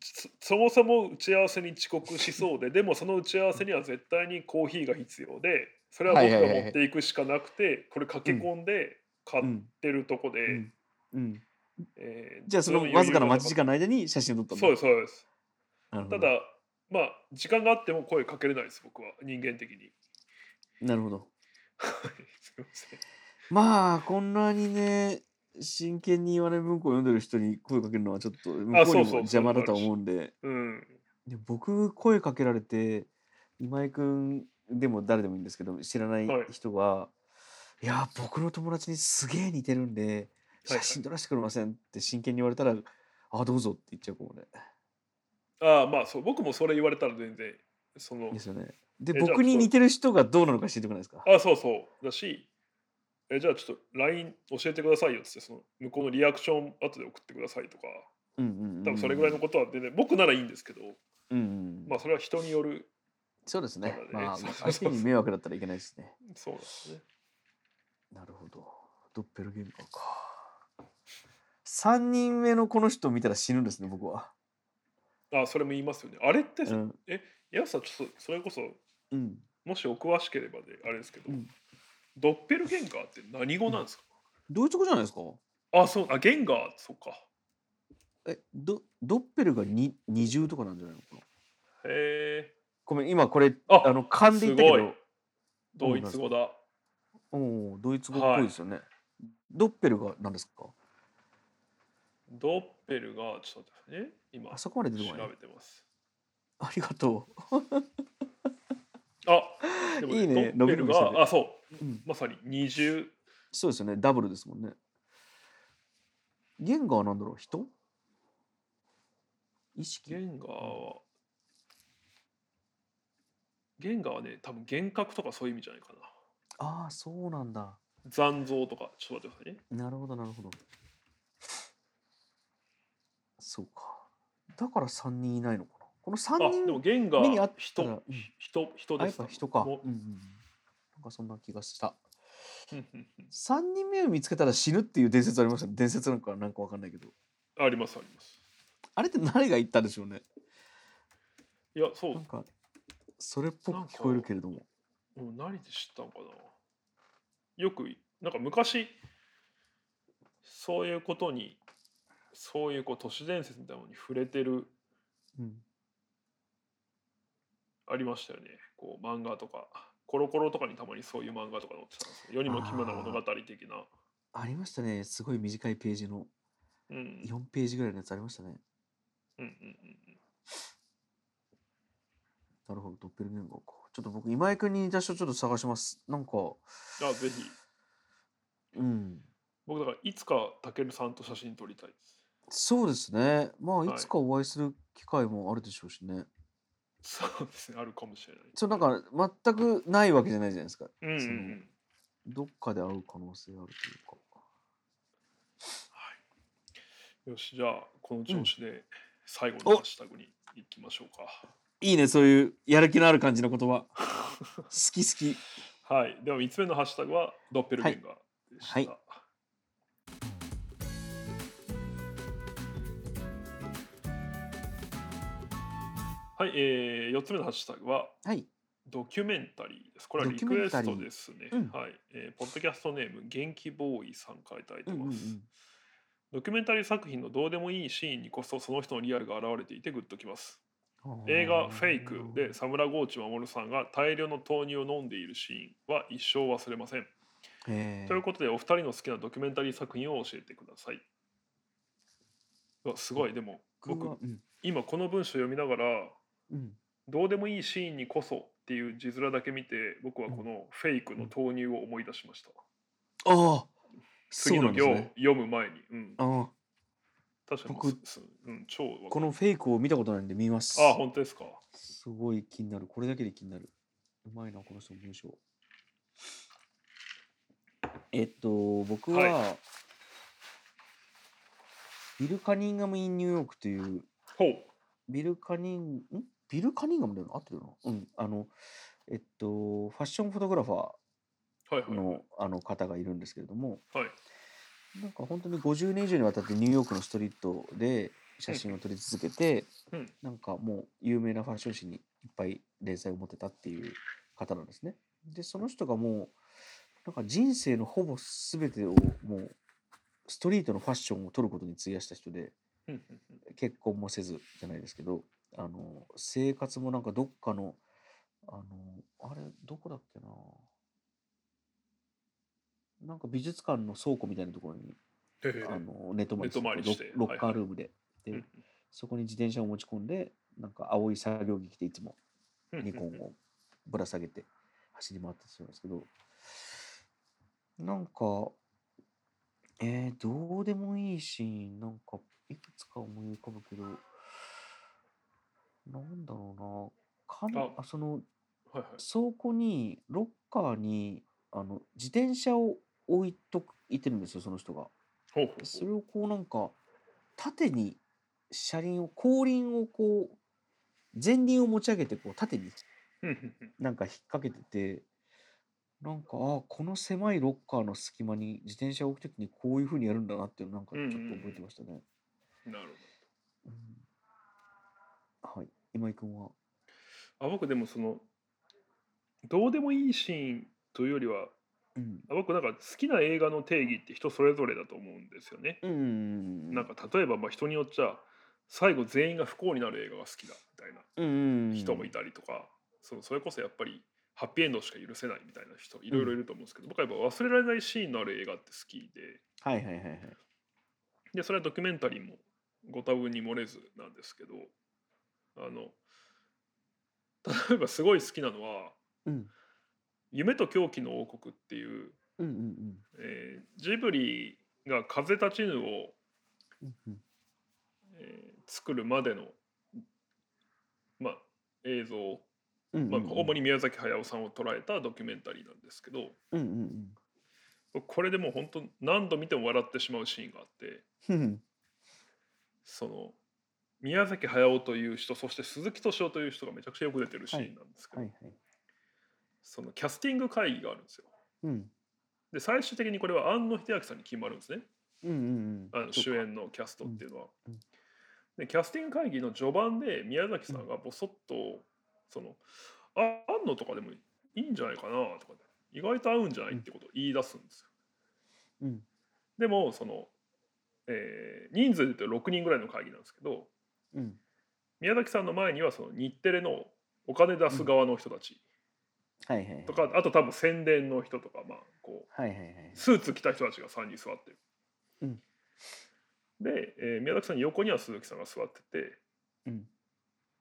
Speaker 2: そそもそも打ち合わせに遅刻しそ うで、でもその打ち合わせには絶対にコーヒーが必要で、それは僕
Speaker 1: はいは
Speaker 2: が
Speaker 1: いはいはい
Speaker 2: 持っていくしかなくて、これ駆け込んで買っ
Speaker 1: うん
Speaker 2: てるとこで、
Speaker 1: うん、うん、
Speaker 2: えー
Speaker 1: じゃあそのわずかな待ち時間の間に写真を撮った
Speaker 2: そうですすそうですた
Speaker 1: た
Speaker 2: だまあ時間があっても声かけれないです僕は人間的に
Speaker 1: なるほど
Speaker 2: すみません
Speaker 1: まあこんなにね真剣に言わない文庫を読んでる人に声かけるのはちょっと向こう
Speaker 2: そ
Speaker 1: に
Speaker 2: う
Speaker 1: も
Speaker 2: そう
Speaker 1: 邪魔だとは思うんで
Speaker 2: うん
Speaker 1: で僕声かけられて今井君でも誰でもいいんですけど知らない
Speaker 2: はい
Speaker 1: 人が「い、やー僕の友達にすげえ似てるんで
Speaker 2: はい
Speaker 1: 写真撮らせてくれません」って真剣に言われたら「あどうぞ」って言っちゃうかもね。
Speaker 2: ああまあそう僕もそれ言われたら全然その
Speaker 1: ですよね。で
Speaker 2: えじゃあ
Speaker 1: 僕に
Speaker 2: そう
Speaker 1: 似てる人がどうなのか知りたくないですか
Speaker 2: ああそうそうだしえじゃあちょっと LINE 教えてくださいよっつってその向こうのリアクション後で送ってくださいとか
Speaker 1: うんうんうん
Speaker 2: 多分それぐらいのことは全然僕ならいいんですけど
Speaker 1: うんうん、
Speaker 2: まあそれは人による
Speaker 1: そうですね。
Speaker 2: だからね
Speaker 1: まあ
Speaker 2: そうそうそう
Speaker 1: 相手に迷惑だったらいけないですね。
Speaker 2: そうなんですね
Speaker 1: なるほど。ドッペルゲンガーか。3人目のこの人を見たら死ぬんですね、僕は。
Speaker 2: ああそれも言いますよねあれって
Speaker 1: う
Speaker 2: さ、
Speaker 1: ん。
Speaker 2: やさんちょっとそれこそ
Speaker 1: うん、
Speaker 2: もしお詳しければであれですけど、
Speaker 1: うん
Speaker 2: ドッペルゲンガーって何語なんですか、
Speaker 1: ドイツ語じゃないですか
Speaker 2: あそうあゲンガーそっか
Speaker 1: え、ドドッペルがに二重とかなんじゃないのかな
Speaker 2: へえ
Speaker 1: ごめん、今これ、
Speaker 2: あ
Speaker 1: あの、勘です言ったけ
Speaker 2: ごい
Speaker 1: ど、
Speaker 2: ドイツ語だ
Speaker 1: おおドイツ語っぽいですよね。ドッペルが何ですか
Speaker 2: ドッペルがちょっと待ってね今
Speaker 1: あ
Speaker 2: 調
Speaker 1: そこまで出てこない。
Speaker 2: べてます
Speaker 1: ありがと
Speaker 2: あで
Speaker 1: いいね
Speaker 2: ドッペル
Speaker 1: 伸び伸びして
Speaker 2: が
Speaker 1: て
Speaker 2: あそう
Speaker 1: う。うん、
Speaker 2: まさに二重
Speaker 1: そうですよね、ダブルですもんね。ゲンガーは何だろう人意識
Speaker 2: ゲンガーはゲンガーはね多分幻覚とかそういう意味じゃないかな
Speaker 1: ああ、そうなんだ。
Speaker 2: 残像とかちょっと待ってくださいね
Speaker 1: なるほどなるほど。そうか。だから3人いないのかな。この3
Speaker 2: あで
Speaker 1: 人
Speaker 2: もゲンガ
Speaker 1: 目にあ
Speaker 2: ー
Speaker 1: ったら
Speaker 2: 人
Speaker 1: うん
Speaker 2: 人人
Speaker 1: あ
Speaker 2: で
Speaker 1: やっ
Speaker 2: す
Speaker 1: ぱ人か。うん
Speaker 2: も
Speaker 1: うんうん、なんかそんな気がした。
Speaker 2: うんうんうん
Speaker 1: 3人目を見つけたら死ぬっていう伝説ありましたね。伝説なんかなんかわかんないけど。
Speaker 2: ありますあります。
Speaker 1: あれって誰が言ったんでしょうね。
Speaker 2: いや、そう
Speaker 1: な、んかそれっぽく
Speaker 2: なんか
Speaker 1: 聞こえるけれども。
Speaker 2: うん、何で知ったのかな。よく、なんか昔、そういうことに、そういうこう都市伝説みたいなのに触れてる、
Speaker 1: うん、
Speaker 2: ありましたよね。こう漫画とか、コロコロとかにたまにそういう漫画とか載ってたんですよ。世にも奇妙な物語的な。
Speaker 1: ありましたね。すごい短いページの
Speaker 2: うん、うん
Speaker 1: 4ページぐらいのやつありましたね。
Speaker 2: うんうん
Speaker 1: なるほど、ドッペルゲンガーか。ちょっと僕、今井君に似た人ちょっと探します。なんか、
Speaker 2: うん。あ、ぜひ、
Speaker 1: うん。
Speaker 2: 僕だから、いつかたけるさんと写真撮りたいです。
Speaker 1: そうですね。まあ、
Speaker 2: はい
Speaker 1: いつかお会いする機会もあるでしょうしね。
Speaker 2: そうですね、あるかもしれない。
Speaker 1: そう、なんか、全くないわけじゃないじゃないですか。
Speaker 2: うんうんう
Speaker 1: その
Speaker 2: ん。
Speaker 1: どっかで会う可能性あるというか。
Speaker 2: はい、よしじゃあこの調子で最後
Speaker 1: お
Speaker 2: のハッシュタグに行きましょうか、
Speaker 1: いいね、そういうやる気のある感じの言葉。好き好き。
Speaker 2: はいでは3つ目のハッシュタグはドッペルゲンガーでした、
Speaker 1: はいは
Speaker 2: はいえー、4つ目のハッシュタグは
Speaker 1: はい。
Speaker 2: ドキュメンタリーです。これはリクエストですね。
Speaker 1: ドキュメンタ
Speaker 2: はい、えーポッドキャストネーム元気ボーイさんからいただいて
Speaker 1: うんうんう
Speaker 2: ます。
Speaker 1: ん
Speaker 2: ドキュメンタリー作品のどうでもいいシーンにこそその人のリアルが現れていてグッときます。映画「フェイク」でサムラゴーチ守さんが大量の豆乳を飲んでいるシーンは一生忘れません。
Speaker 1: へー
Speaker 2: ということでお二人の好きなドキュメンタリー作品を教えてください。うわすごいでも
Speaker 1: 僕は
Speaker 2: 僕
Speaker 1: うん
Speaker 2: 今この文章読みながら
Speaker 1: うん
Speaker 2: どうでもいいシーンにこそっていう字面だけ見て僕はこのフェイクの投入を思い出しました、
Speaker 1: ああ
Speaker 2: 次
Speaker 1: そうな
Speaker 2: の
Speaker 1: んです
Speaker 2: 行、
Speaker 1: ね
Speaker 2: 読む前に、うん、
Speaker 1: あ
Speaker 2: 確かに
Speaker 1: 僕
Speaker 2: すうん、超わか
Speaker 1: あ
Speaker 2: る
Speaker 1: このフェイクを見たことないんで見ます
Speaker 2: あ本当ですか
Speaker 1: すごい気になるこれだけで気になるうまいなこの人の文章えっと僕は、
Speaker 2: は
Speaker 1: ビル・カニンガム・イン・ニューヨークという
Speaker 2: ほう
Speaker 1: ビル・カニン、んビル・カニンガムだよな合ってるよなうん。あの、えっと、ファッションフォトグラファ
Speaker 2: はい
Speaker 1: ー
Speaker 2: はいはい
Speaker 1: のあの方がいるんですけれども、
Speaker 2: はい
Speaker 1: なんか本当に50年以上にわたってニューヨークのストリートで写真を撮り続けて、
Speaker 2: うん
Speaker 1: なんかもう有名なファッション誌にいっぱい連載を持ってたっていう方なんですね。で、その人がもう、なんか人生のほぼ全てをもう、ストリートのファッションを撮ることに費やした人で、
Speaker 2: うんうんうん
Speaker 1: 結婚もせずじゃないですけどあの生活もなんかどっかのあのあれどこだっけななんか美術館の倉庫みたいなところに
Speaker 2: へへへ
Speaker 1: あの寝泊まり
Speaker 2: 寝泊まりして
Speaker 1: ロ
Speaker 2: は
Speaker 1: ロ
Speaker 2: い
Speaker 1: ッカ
Speaker 2: はい
Speaker 1: ールームで,、
Speaker 2: うんう
Speaker 1: で
Speaker 2: ん
Speaker 1: そこに自転車を持ち込んでなんか青い作業着着ていつも
Speaker 2: うんうん
Speaker 1: ニコンをぶら下げて走り回ってたんですけどなんかえー、どうでもいいシーンなんかいくつか思い浮かぶけどなんだろうなかん
Speaker 2: あ
Speaker 1: あその
Speaker 2: はいはい
Speaker 1: 倉庫にロッカーにあの自転車を置いとくいてるんですよその人が。
Speaker 2: ほうほう
Speaker 1: それをこうなんか縦に車輪を後輪をこう前輪を持ち上げてこう縦に
Speaker 2: うんうんうん
Speaker 1: なんか引っ掛けててなんかあーこの狭いロッカーの隙間に自転車を置くときにこういうふうにやるんだなっていうのなんかちょっと覚えてましたね。
Speaker 2: なる
Speaker 1: う
Speaker 2: ほ
Speaker 1: んはい今井君は。
Speaker 2: どあ僕でもそのどうでもいいシーンというよりは
Speaker 1: うん
Speaker 2: あ僕なんか好きな映画の定義って人それぞれだと思うんですよね
Speaker 1: うん
Speaker 2: なんか例えばまあ人によっちゃ最後全員が不幸になる映画が好きだみたいな人もいたりとか、そのそれこそやっぱりハッピーエンドしか許せないみたいな人いろいろいると思うんですけど、僕はやっぱ忘れられないシーンのある映画って好きで
Speaker 1: はいはいはいはい。
Speaker 2: でそれはドキュメンタリーもご多分に漏れずなんですけどあの例えばすごい好きなのは
Speaker 1: うん
Speaker 2: 「夢と狂気の王国」っていう、
Speaker 1: うんうん
Speaker 2: えージブリが「風立ちぬ」を
Speaker 1: うんうん
Speaker 2: えー作るまでの、まあ、映像、
Speaker 1: うん。
Speaker 2: まあ、主
Speaker 1: に。
Speaker 2: に宮崎駿さんを捉えたドキュメンタリーなんですけど
Speaker 1: うんうん
Speaker 2: これでもう本当何度見ても笑ってしまうシーンがあって
Speaker 1: うん。
Speaker 2: その宮崎駿という人そして鈴木敏夫という人がめちゃくちゃよく出てるシーンなんですけど、
Speaker 1: はいはい。
Speaker 2: そのキャスティング会議があるんですよ。
Speaker 1: うん
Speaker 2: で最終的にこれは庵野秀明さんに決まるんですね
Speaker 1: うんうん
Speaker 2: あ
Speaker 1: う
Speaker 2: の
Speaker 1: ん。
Speaker 2: 主演のキャストっていうのは。
Speaker 1: うんうん
Speaker 2: でキャスティング会議の序盤で宮崎さんがぼそっとその「ああんのとかでもいいんじゃないかな」とかで「意外と合うんじゃない?」ってことを言い出すんですよ。
Speaker 1: うん
Speaker 2: でもその、えー人数で言うと6人ぐらいの会議なんですけど
Speaker 1: うん。
Speaker 2: 宮崎さんの前にはその日テレのお金出す側の人たち
Speaker 1: はいはいはい。
Speaker 2: とか、あと多分宣伝の人とかまあこう
Speaker 1: はいはいはい。
Speaker 2: スーツ着た人たちが3人座ってる。
Speaker 1: うん
Speaker 2: で、えー宮崎さんの横には鈴木さんが座ってて
Speaker 1: うん。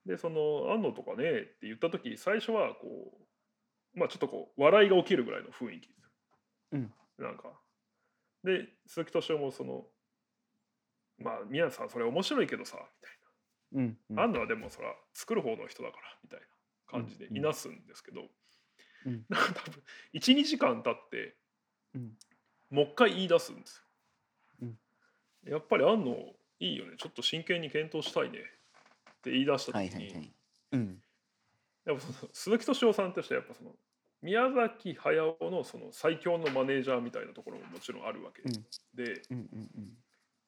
Speaker 2: でその「安野とかね」って言った時最初はこうまあちょっとこう笑いが起きるぐらいの雰囲気です。
Speaker 1: うん
Speaker 2: なんかで鈴木敏夫もその「まあ宮崎さんそれ面白いけどさ」みたい
Speaker 1: うん。うん
Speaker 2: な「安野はでもそら作る方の人だから」みたいな感じで
Speaker 1: うん
Speaker 2: いなすんですけど、
Speaker 1: うん
Speaker 2: なんか多分12時間経って
Speaker 1: うん
Speaker 2: もう一回言い出すんですよ。やっぱりあんのいいよねちょっと真剣に検討したいねって言い出した時に、
Speaker 1: はいはいはい。うん。
Speaker 2: やっぱその鈴木敏夫さんとしてはやっぱその宮崎駿のその最強のマネージャーみたいなところももちろんあるわけ
Speaker 1: うん
Speaker 2: で、
Speaker 1: うんうんうん。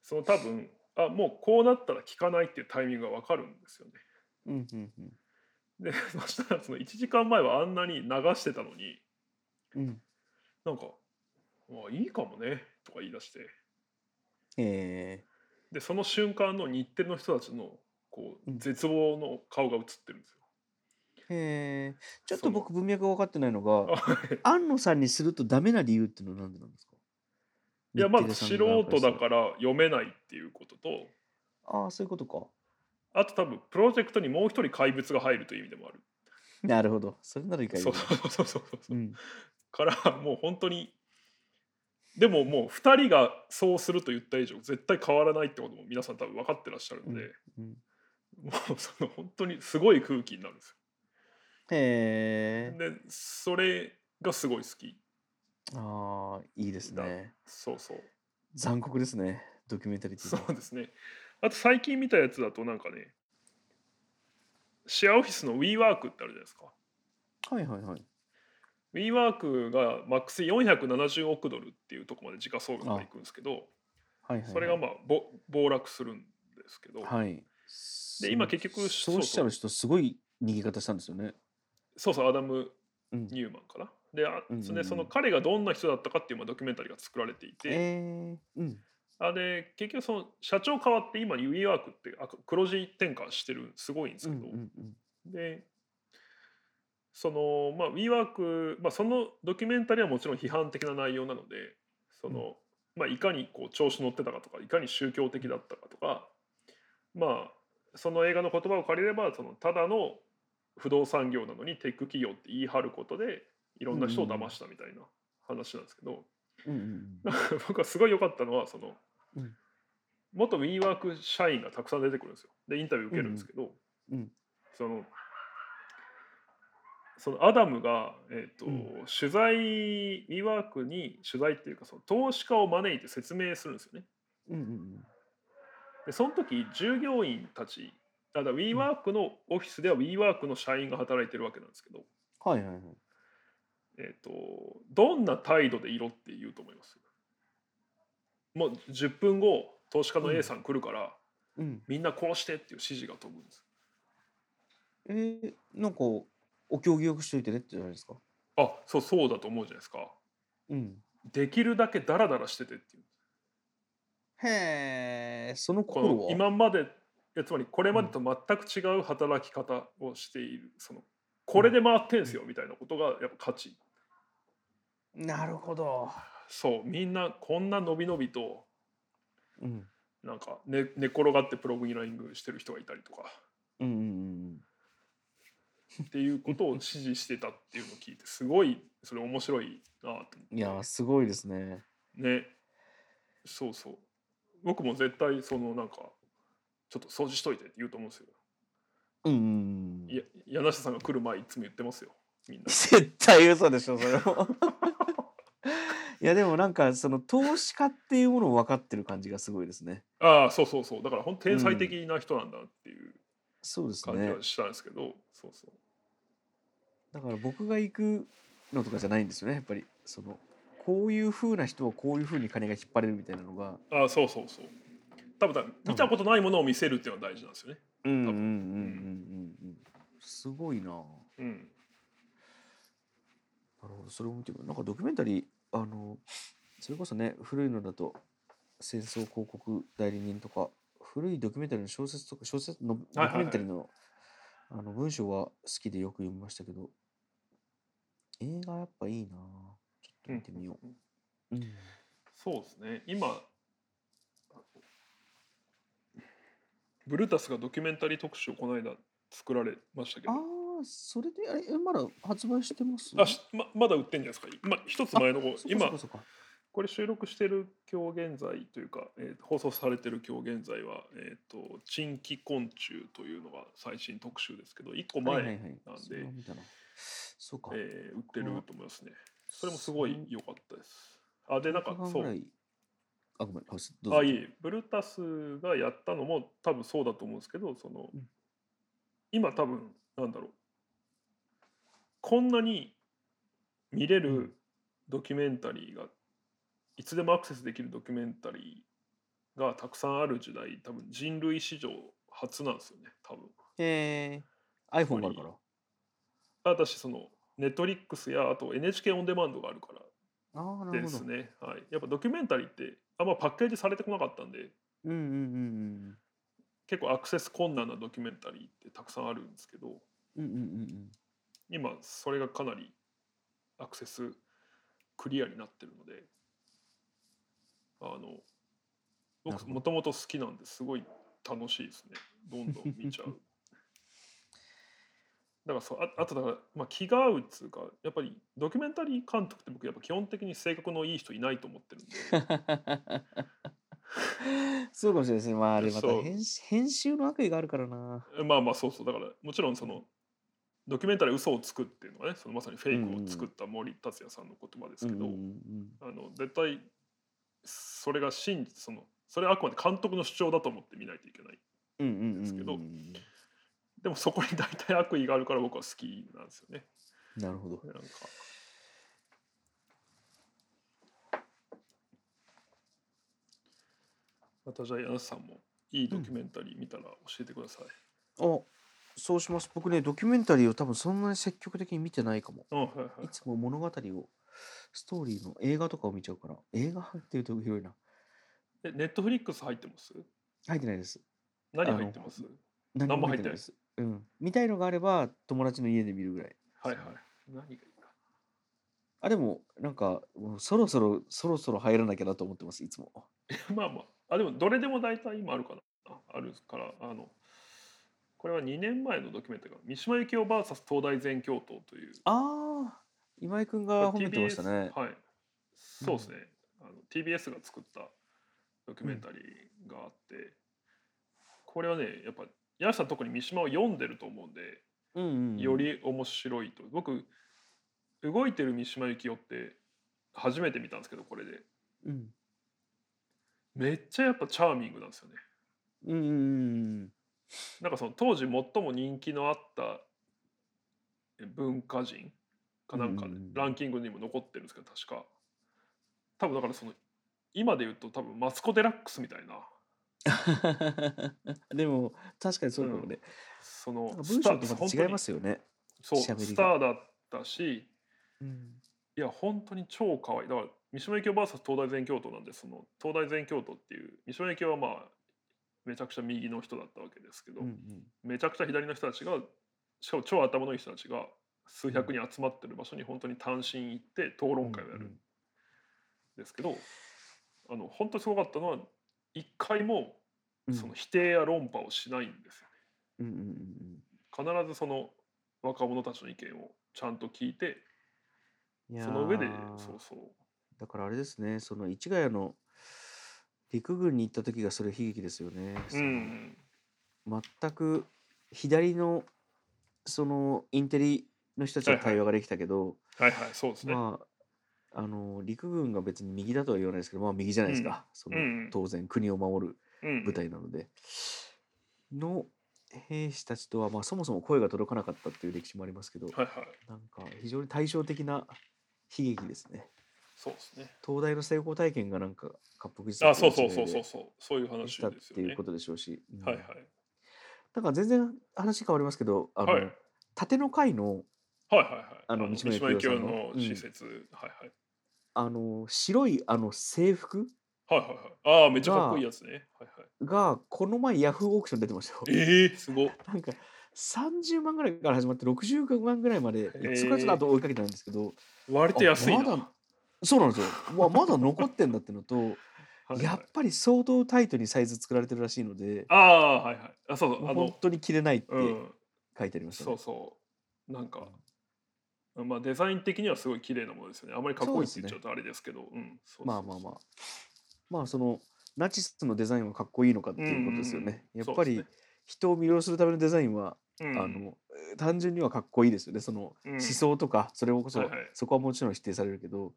Speaker 2: その多分あもうこうなったら聞かないっていうタイミングが分かるんですよね。
Speaker 1: うんうんうん。
Speaker 2: でそしたらその1時間前はあんなに流してたのに
Speaker 1: うん。
Speaker 2: なんか「まあいいかもね」とか言い出して
Speaker 1: え
Speaker 2: でその瞬間の日テレの人たちのこう
Speaker 1: うん
Speaker 2: 絶望の顔が映ってるんですよ。
Speaker 1: ー、えー、ちょっ
Speaker 2: そ
Speaker 1: と
Speaker 2: の
Speaker 1: 僕文脈が分かってないのが、
Speaker 2: あ
Speaker 1: 安野さんにするとダメな理由っていうのは何でなんですか
Speaker 2: いやまず
Speaker 1: 日
Speaker 2: 素
Speaker 1: テレさんが
Speaker 2: 人だから読めないっていうことと
Speaker 1: ああ、そういうことか。
Speaker 2: あと多分プロジェクトにもう一人怪物が入るという意味でもある。
Speaker 1: なるほど。それならいいか。
Speaker 2: そうそうそうそうそううんから もう本当にでももう2人がそうすると言った以上絶対変わらないってことも皆さん多分分かってらっしゃるので、
Speaker 1: うん、
Speaker 2: もう その本当にすごい空気になるんです
Speaker 1: へ
Speaker 2: よ。
Speaker 1: え。
Speaker 2: でそれがすごい好き
Speaker 1: ああ、いいですね。
Speaker 2: そうそう
Speaker 1: 残酷ですね。ドキュメンタリティ
Speaker 2: そ
Speaker 1: が。
Speaker 2: うですねあと最近見たやつだとなんかねシェアオフィスの WeWork ってあるじゃないですか
Speaker 1: はいはいはい。
Speaker 2: WeWork がマックス470億ドルっていうとこまで時価総額がいくんですけど
Speaker 1: はいはいはい、
Speaker 2: それがまあぼ暴落するんですけど、
Speaker 1: はい。
Speaker 2: で今結局
Speaker 1: そうしちゃう人すごい逃げ方したんですよね。
Speaker 2: そうそうアダム・
Speaker 1: うん。
Speaker 2: ニューマンかな。であ
Speaker 1: うんうんうん
Speaker 2: でその彼がどんな人だったかっていうまあドキュメンタリーが作られていて、
Speaker 1: えー、うん。
Speaker 2: あで結局その社長変わって今 UEWork ってあ黒字転換してるすごいんです
Speaker 1: うん
Speaker 2: け
Speaker 1: う
Speaker 2: ど、
Speaker 1: んうん。
Speaker 2: でその、まあ、WeWork、まあ、そのドキュメンタリーはもちろん批判的な内容なのでその、
Speaker 1: う
Speaker 2: まあ、いかにこう調子乗ってたかとかいかに宗教的だったかとか、まあ、その映画の言葉を借りればそのただの不動産業なのにテック企業って言い張ることでいろんな人を騙したみたいな話なんですけど、
Speaker 1: うんうん
Speaker 2: なんか 僕はすごい良かったのはその、
Speaker 1: うん
Speaker 2: 元 WeWork 社員がたくさん出てくるんですよでインタビュー受けるんですけど、
Speaker 1: うんうん
Speaker 2: そのそのアダムが、えーと
Speaker 1: うん
Speaker 2: 取材 WeWork に取材っていうかその投資家を招いて説明するんですよね
Speaker 1: うん。うんうん
Speaker 2: でその時従業員たちただ WeWork のオフィスでは WeWork の社員が働いてるわけなんですけど、
Speaker 1: うん。はいはいはい。
Speaker 2: えー、とどんな態度でいろって言うと思いますもう10分後投資家の A さん来るから、
Speaker 1: うん。
Speaker 2: みんなこうしてっていう指示が飛ぶんです
Speaker 1: えー、なんか、お行儀よくしといてねってじゃないですか。
Speaker 2: あそうそうだと思うじゃないですか
Speaker 1: うん。
Speaker 2: できるだけダラダラしててっていう
Speaker 1: へえ、その
Speaker 2: こ
Speaker 1: 心
Speaker 2: の
Speaker 1: は。
Speaker 2: 今までいやつまりこれまでと全く違う働き方をしているそのこれで回ってんすよみたいなことがやっぱ価値
Speaker 1: なるほど。
Speaker 2: そうみんなこんな伸び伸びと
Speaker 1: うん。
Speaker 2: なんか寝寝転がってプログラミングしてる人がいたりとか
Speaker 1: うんうんうんうん。
Speaker 2: っていうことを支持してたっていうのを聞いてすごいそれ面白いなと思って
Speaker 1: いやー、すごいですね。
Speaker 2: ねそうそう僕も絶対そのなんかちょっと掃除しといてって言うと思うんですよ
Speaker 1: うんうんうん。
Speaker 2: いや柳下さんが来る前いつも言ってますよみんな
Speaker 1: 絶対嘘でしょそれ もいやでもなんかその投資家っていうものを分かってる感じがすごいですね
Speaker 2: ああそうそうそうだから本当天才的な人なんだっていう
Speaker 1: そうです
Speaker 2: 感じ
Speaker 1: ね
Speaker 2: はしたんですけど、そうそう
Speaker 1: だから僕が行くのとかじゃないんですよねやっぱりそのこういう風な人はこういう風に金が引っ張れるみたいなのが
Speaker 2: ああそうそうそう多分多分見たことないものを見せるっていうのは大事なんですよね
Speaker 1: うんうんうんうん
Speaker 2: 分
Speaker 1: うんうんすごいななる
Speaker 2: うん
Speaker 1: ほどそれを見てくるなんかドキュメンタリーあのそれこそね古いのだと戦争広告代理人とか古いドキュメンタリーの小説とか小説のド
Speaker 2: はいはい
Speaker 1: キュメ
Speaker 2: はい
Speaker 1: ンタリーの,、あの文章は好きでよく読みましたけど映画やっぱいいなちょっと見てみよ
Speaker 2: うん
Speaker 1: う、うん
Speaker 2: そうですね今ブルータスがドキュメンタリー特集をこの間作られましたけど
Speaker 1: ああそれであれえまだ発売してます
Speaker 2: あしままだ売ってんじゃないですか、ま、一つ前の方
Speaker 1: そっか
Speaker 2: 今
Speaker 1: そっかそっか
Speaker 2: これ収録してる今日現在というか、えー放送されてる今日現在は「えー、と珍奇昆虫」というのが最新特集ですけど1個前、
Speaker 1: はいはいはい
Speaker 2: なんで
Speaker 1: それは見たなそうか、
Speaker 2: えー売ってると思いますねそれもすごい良かったですあでなんか
Speaker 1: 三時間
Speaker 2: そ
Speaker 1: ぐら
Speaker 2: う
Speaker 1: いあごめんどうぞ
Speaker 2: あいえいえブルータスがやったのも多分そうだと思うんですけどその、
Speaker 1: うん
Speaker 2: 今多分なんだろうこんなに見れ
Speaker 1: う
Speaker 2: る
Speaker 1: ん
Speaker 2: ドキュメンタリーがいつでもアクセスできるドキュメンタリーがたくさんある時代多分人類史上初なんですよね多分
Speaker 1: えー、iPhone があるから
Speaker 2: 私そのネットリックスやあと NHK オンデマンドがあるか
Speaker 1: ああ、な
Speaker 2: ら
Speaker 1: る
Speaker 2: で
Speaker 1: ほど
Speaker 2: す。ね、はい、やっぱドキュメンタリーってあんまパッケージされてこなかったんで
Speaker 1: うんうんうん
Speaker 2: 結構アクセス困難なドキュメンタリーってたくさんあるんですけど
Speaker 1: うん。うんうんうん
Speaker 2: 今それがかなりアクセスクリアになってるのであの
Speaker 1: なるほ
Speaker 2: 僕
Speaker 1: ど
Speaker 2: もともと好きなんですごい楽しいですねどんどん見ちゃう だからそうああとだから、まあ、気が合うっつうかやっぱりドキュメンタリー監督って僕やっぱ基本的に性格のいい人いないと思ってるんで
Speaker 1: うん。 そうかもしれないですね。まあ、あれまた
Speaker 2: そう
Speaker 1: 編集編集の悪意があるからな。
Speaker 2: まあまあそうそうだからもちろんそのドキュメンタリー嘘をつくっていうのがねそのまさにフェイクを作った森達也さんの言葉です
Speaker 1: うん
Speaker 2: け
Speaker 1: うんう
Speaker 2: ど、
Speaker 1: ん
Speaker 2: あの絶対それが真実そのそれはあくまで監督の主張だと思って見ないといけない
Speaker 1: うんうんうんうん
Speaker 2: ですけど
Speaker 1: うん
Speaker 2: でもそこに大体悪意があるから僕は好きなんですよね
Speaker 1: なるほど。
Speaker 2: なんかまたじゃあ柳瀬さんもいいドキュメンタリー見たら教えてください、
Speaker 1: あそうします。僕ね、ドキュメンタリーを多分そんなに積極的に見てないかも。
Speaker 2: うん、はいはい
Speaker 1: いつも物語を、ストーリーの映画とかを見ちゃうから、映画入ってると広いな。
Speaker 2: えネットフリックス入ってます
Speaker 1: 入ってないです。
Speaker 2: 何入ってます
Speaker 1: 何
Speaker 2: 何も入ってない
Speaker 1: です。うん。見たいのがあれば、友達の家で見るぐらい。
Speaker 2: はいはい何がいいか
Speaker 1: あ、でも、なんか、もうそろそろ、そろそろ入らなきゃなと思ってます、いつも。
Speaker 2: まあまあ、あでもどれでも大体今あるかな。あるから、あの、これは2年前のドキュメントが、三島由紀夫 VS 東大全教頭という。
Speaker 1: ああ、今井くんが褒めてましたね。
Speaker 2: TBS はい。そうですね、あの。TBS が作ったドキュメンタリーがあって、これはね、やっぱ、ヤシさん特に三島を読んでると思うんで、
Speaker 1: うんうん。
Speaker 2: よ。り面白いと。僕、動いてる三島由紀夫って初めて見たんですけど、これで。
Speaker 1: うん。
Speaker 2: めっちゃやっぱチャーミングなんですよね。
Speaker 1: うんうんうん
Speaker 2: なんかその当時最も人気のあったえ文化人かなんか
Speaker 1: うんう
Speaker 2: で
Speaker 1: んうん
Speaker 2: ランキングにも残ってるんですけど確か多分だからその今で言うと多分マツコ・デラックスみたいな
Speaker 1: うん。でも、確かにそうかもね。
Speaker 2: その
Speaker 1: なんか
Speaker 2: ス
Speaker 1: 文
Speaker 2: タ
Speaker 1: 章
Speaker 2: ー
Speaker 1: とまた違いますよね。
Speaker 2: そう
Speaker 1: 喋りが
Speaker 2: スターだったし
Speaker 1: うん。
Speaker 2: いや本当に超可愛いだから三島由紀夫 VS 東大全教頭なんでその東大全教頭っていう三島由紀夫はまあめちゃくちゃ右の人だったわけですけど、
Speaker 1: うんうん。
Speaker 2: めちゃくちゃ左の人たちがしかも超頭のいい人たちが数百人集まってる場所に本当に単身行って討論会をやるんですけど、あの本当にすごかったのは一回も
Speaker 1: うん
Speaker 2: その否定や論破をしないんですよ
Speaker 1: うんうんうん
Speaker 2: ね。必ずその若者たちの意見をちゃんと聞いて
Speaker 1: うん。いや
Speaker 2: その上で
Speaker 1: ー
Speaker 2: そうそう
Speaker 1: だからあれですね、その市ヶ谷の陸軍に行った時がそれ悲劇ですよね。
Speaker 2: う
Speaker 1: その
Speaker 2: ん
Speaker 1: 全く左のそのインテリの人たちの
Speaker 2: はいはい
Speaker 1: 対話ができたけど、
Speaker 2: はいはいそうですね。
Speaker 1: まあ、あの陸軍が別に右だとは言わないですけど、まあ、右じゃないですか、その
Speaker 2: うんうん
Speaker 1: 当然国を守る
Speaker 2: うん
Speaker 1: 部隊なので、の兵士たちとは、まあ、そもそも声が届かなかったっていう歴史もありますけど、
Speaker 2: はいはい
Speaker 1: なんか非常に対照的な悲劇ですね
Speaker 2: そうですね。
Speaker 1: 東大の成功体験がなんか割腹自
Speaker 2: あ
Speaker 1: 殺
Speaker 2: そう
Speaker 1: の
Speaker 2: そう
Speaker 1: 一
Speaker 2: そ
Speaker 1: 例
Speaker 2: うそ
Speaker 1: で
Speaker 2: うそうそういう
Speaker 1: し
Speaker 2: 話
Speaker 1: たっ
Speaker 2: です
Speaker 1: て
Speaker 2: よ
Speaker 1: いう
Speaker 2: ね
Speaker 1: こ。とでしょうし、うん
Speaker 2: はいはい
Speaker 1: なんか全然話変わりますけどあの、
Speaker 2: はい
Speaker 1: 縦の階の
Speaker 2: はいはいはい。
Speaker 1: あの
Speaker 2: 三
Speaker 1: 三
Speaker 2: 島
Speaker 1: 島
Speaker 2: 由
Speaker 1: 由
Speaker 2: 紀
Speaker 1: 紀夫さ
Speaker 2: 夫
Speaker 1: んの
Speaker 2: の
Speaker 1: うん
Speaker 2: 施設、はいはい。
Speaker 1: あの白いあの制服
Speaker 2: はいはいはい。ああ、めっちゃかっこいいやつね。はいはい。
Speaker 1: がこの前ヤフーオークション出てましたよ。
Speaker 2: ええすごっ。
Speaker 1: なんか30万ぐらいから始まって60万ぐらいまで、いやそこはちょっと後追いかけたんですけど、
Speaker 2: 割と安いな。
Speaker 1: あまだそうなんですよ。まあ、まだ残ってんだってのと、
Speaker 2: はいはい
Speaker 1: やっぱり相当タイトにサイズ作られてるらしいので、
Speaker 2: ああ、はいはい。あ、そうそう、
Speaker 1: も
Speaker 2: あ
Speaker 1: う本
Speaker 2: の、
Speaker 1: 当に着れないって
Speaker 2: うん、
Speaker 1: 書いてありました、ね
Speaker 2: そうそう。なんか、まあデザイン的にはすごい綺麗なものですよね。あまりかっこいいって言っちゃうとあれですけど、うん。そうそうそう
Speaker 1: まあまあまあ。まあそのナチスのデザインはかっこいいのかっていうことですよね。
Speaker 2: うんうん
Speaker 1: や
Speaker 2: うん
Speaker 1: っぱ
Speaker 2: そ
Speaker 1: り
Speaker 2: う
Speaker 1: 人を魅了するためのデザインは、
Speaker 2: うん、
Speaker 1: あの単純にはかっこいいですよね。その
Speaker 2: うん
Speaker 1: 思想とか、それこそ、
Speaker 2: はいはい
Speaker 1: そこはもちろん否定されるけど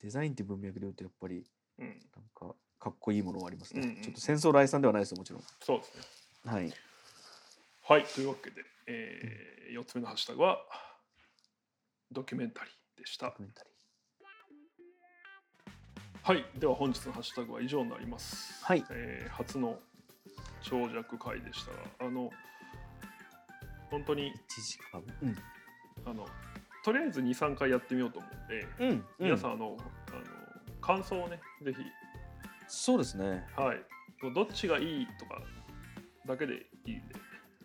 Speaker 1: デザインって文脈で言うとやっぱり
Speaker 2: うん、
Speaker 1: なんかかっこいいものはありますね、
Speaker 2: うんうん
Speaker 1: ちょっと戦争来賛ではないですよもちろん
Speaker 2: そうですね。
Speaker 1: はい
Speaker 2: はい、というわけで、えー、4つ目のハッシュタグは、ドキュメンタリーでし
Speaker 1: ド
Speaker 2: た
Speaker 1: キ。ュメンタリー
Speaker 2: はい、では本日のハッシュタグは以上になります。
Speaker 1: はい
Speaker 2: えー初の長尺会でしたが、あの本当に
Speaker 1: 一時間うん
Speaker 2: あのとりあえず23回やってみようと思うんで、
Speaker 1: うん、うん
Speaker 2: 皆さんあのあの感想をねぜひ
Speaker 1: そうですね
Speaker 2: はいもうどっちがいいとかだけでいいんで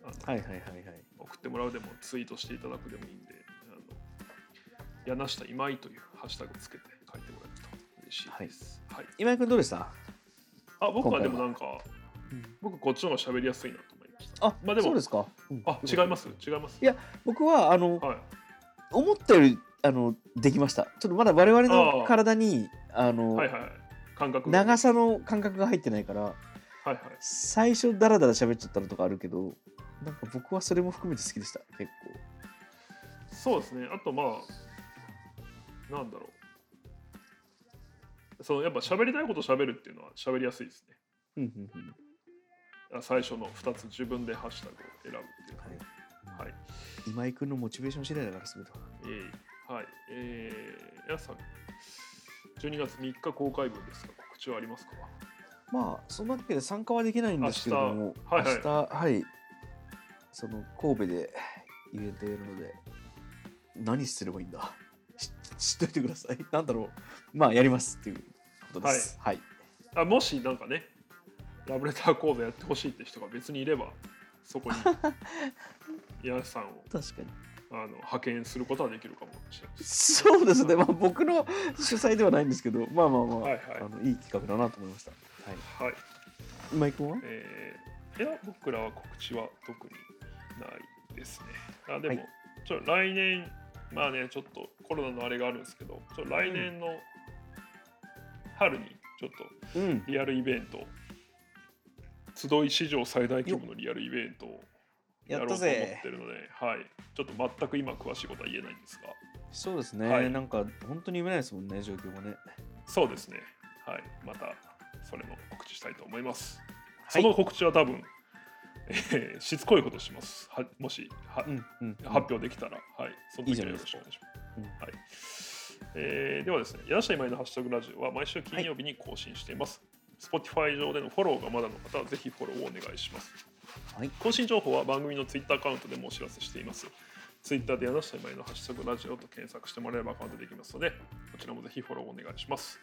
Speaker 2: あ
Speaker 1: は
Speaker 2: の
Speaker 1: いはいはいはい
Speaker 2: 送ってもらうでもツイートしていただくでもいいんで「あの柳下今井」というハッシュタグをつけて書いてもらえると嬉しいです、はい
Speaker 1: 今井君どうでした
Speaker 2: あ僕はでも
Speaker 1: 今回は
Speaker 2: なんか僕こっちの方が喋りやすいなと思いました
Speaker 1: あ
Speaker 2: まあでも
Speaker 1: そうですか、うん
Speaker 2: あ違います違います
Speaker 1: いや僕はあの、
Speaker 2: はい
Speaker 1: 思ったよりあのできましたちょっとまだ我々
Speaker 2: あ
Speaker 1: の
Speaker 2: あ
Speaker 1: 体にあの、
Speaker 2: はいはい感覚が
Speaker 1: 長さの感覚が入ってないから
Speaker 2: はいはい
Speaker 1: 最初ダラダラ喋っちゃったのとかあるけどなんか僕はそれも含めて好きでした結
Speaker 2: そうですねあとまあなんだろうそのやっぱ喋りたいこと喋るっていうのは喋りやすいですね
Speaker 1: 構うんうんうん
Speaker 2: あ最初の2つ自分でハッシュタグを選ぶっていう感じ
Speaker 1: は
Speaker 2: はいい
Speaker 1: 今井君のモチベーション次第だから全ては
Speaker 2: ええはいえー、皆さん12月3日公開分ですが告知はありますか
Speaker 1: まあそんなわけで参加はできないんですけれども
Speaker 2: 明日はいはい
Speaker 1: 明日はいその神戸でイベントやるので何すればいいんだ し知っといてくださいなんだろうまあやりますっていうことですはい、
Speaker 2: あもしなんかねラブレター講座やってほしいって人が別にいればそ こに皆さんを
Speaker 1: 確かに
Speaker 2: あの派遣することはできるかもしれないです
Speaker 1: そうですね、まあ、僕の主催ではないんですけど まあまあまあ,、
Speaker 2: はい
Speaker 1: い
Speaker 2: はい
Speaker 1: あのいい企画だなと思いました、はい、
Speaker 2: はい
Speaker 1: 今井君は
Speaker 2: えーいや僕らは告知は特にないですね。あでも、
Speaker 1: はい
Speaker 2: ちょ来年まあねちょっとコロナのあれがあるんですけどちょ来年の春にちょっと
Speaker 1: うん
Speaker 2: リアルイベント、集い史上最大規模のリアルイベントを
Speaker 1: や
Speaker 2: やろ
Speaker 1: っ
Speaker 2: う
Speaker 1: た
Speaker 2: と思っ
Speaker 1: ぜ
Speaker 2: てるので、はい、ちょっと全く今詳しいことは言えないんですが
Speaker 1: そうですね、
Speaker 2: はい
Speaker 1: なんか本当に読めないですもんね状況もね
Speaker 2: そうですね、はい、またそれも告知したいと思います。
Speaker 1: は
Speaker 2: そ
Speaker 1: い
Speaker 2: の告知は多分、えーしつこいことします。はもしは、
Speaker 1: うんうん
Speaker 2: 発表できたら、はい、その
Speaker 1: いいじ
Speaker 2: 時
Speaker 1: ゃ
Speaker 2: は
Speaker 1: ないで
Speaker 2: よろし
Speaker 1: すか
Speaker 2: くお願いします。
Speaker 1: うん
Speaker 2: はいえーではですね、柳下今井のハッシュタグラジオは毎週金曜日に更新しています。Spotify 上でのフォローがまだの方はぜひフォローをお願いします。
Speaker 1: はい
Speaker 2: 更新情報は番組の Twitter アカウントでもお知らせしています。Twitter で柳下今井のハッシュタグラジオと検索してもらえばアカウントできますので、こちらもぜひフォローお願いします。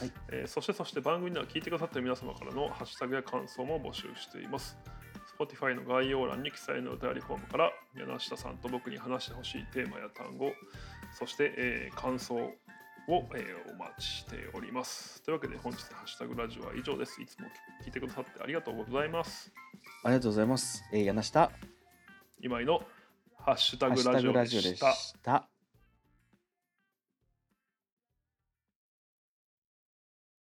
Speaker 1: はい
Speaker 2: えーそしてそして番組では聞いてくださっている皆様からのハッシュタグや感想も募集しています。Spotify の概要欄に記載のお便りフォームから柳下さんと僕に話してほしいテーマや単語、そして、えー感想を、えーお待ちしております。というわけで本日のハッシュタグラジオは以上です。いつも聞いてくださってありがとうございます。
Speaker 1: ありがとうございます、えー、柳下
Speaker 2: 今井のハッシュタ
Speaker 1: ハッ
Speaker 2: グ
Speaker 1: シュ
Speaker 2: ラ
Speaker 1: タ
Speaker 2: ジ
Speaker 1: グ
Speaker 2: オで
Speaker 1: ラジオで
Speaker 2: し。
Speaker 1: したた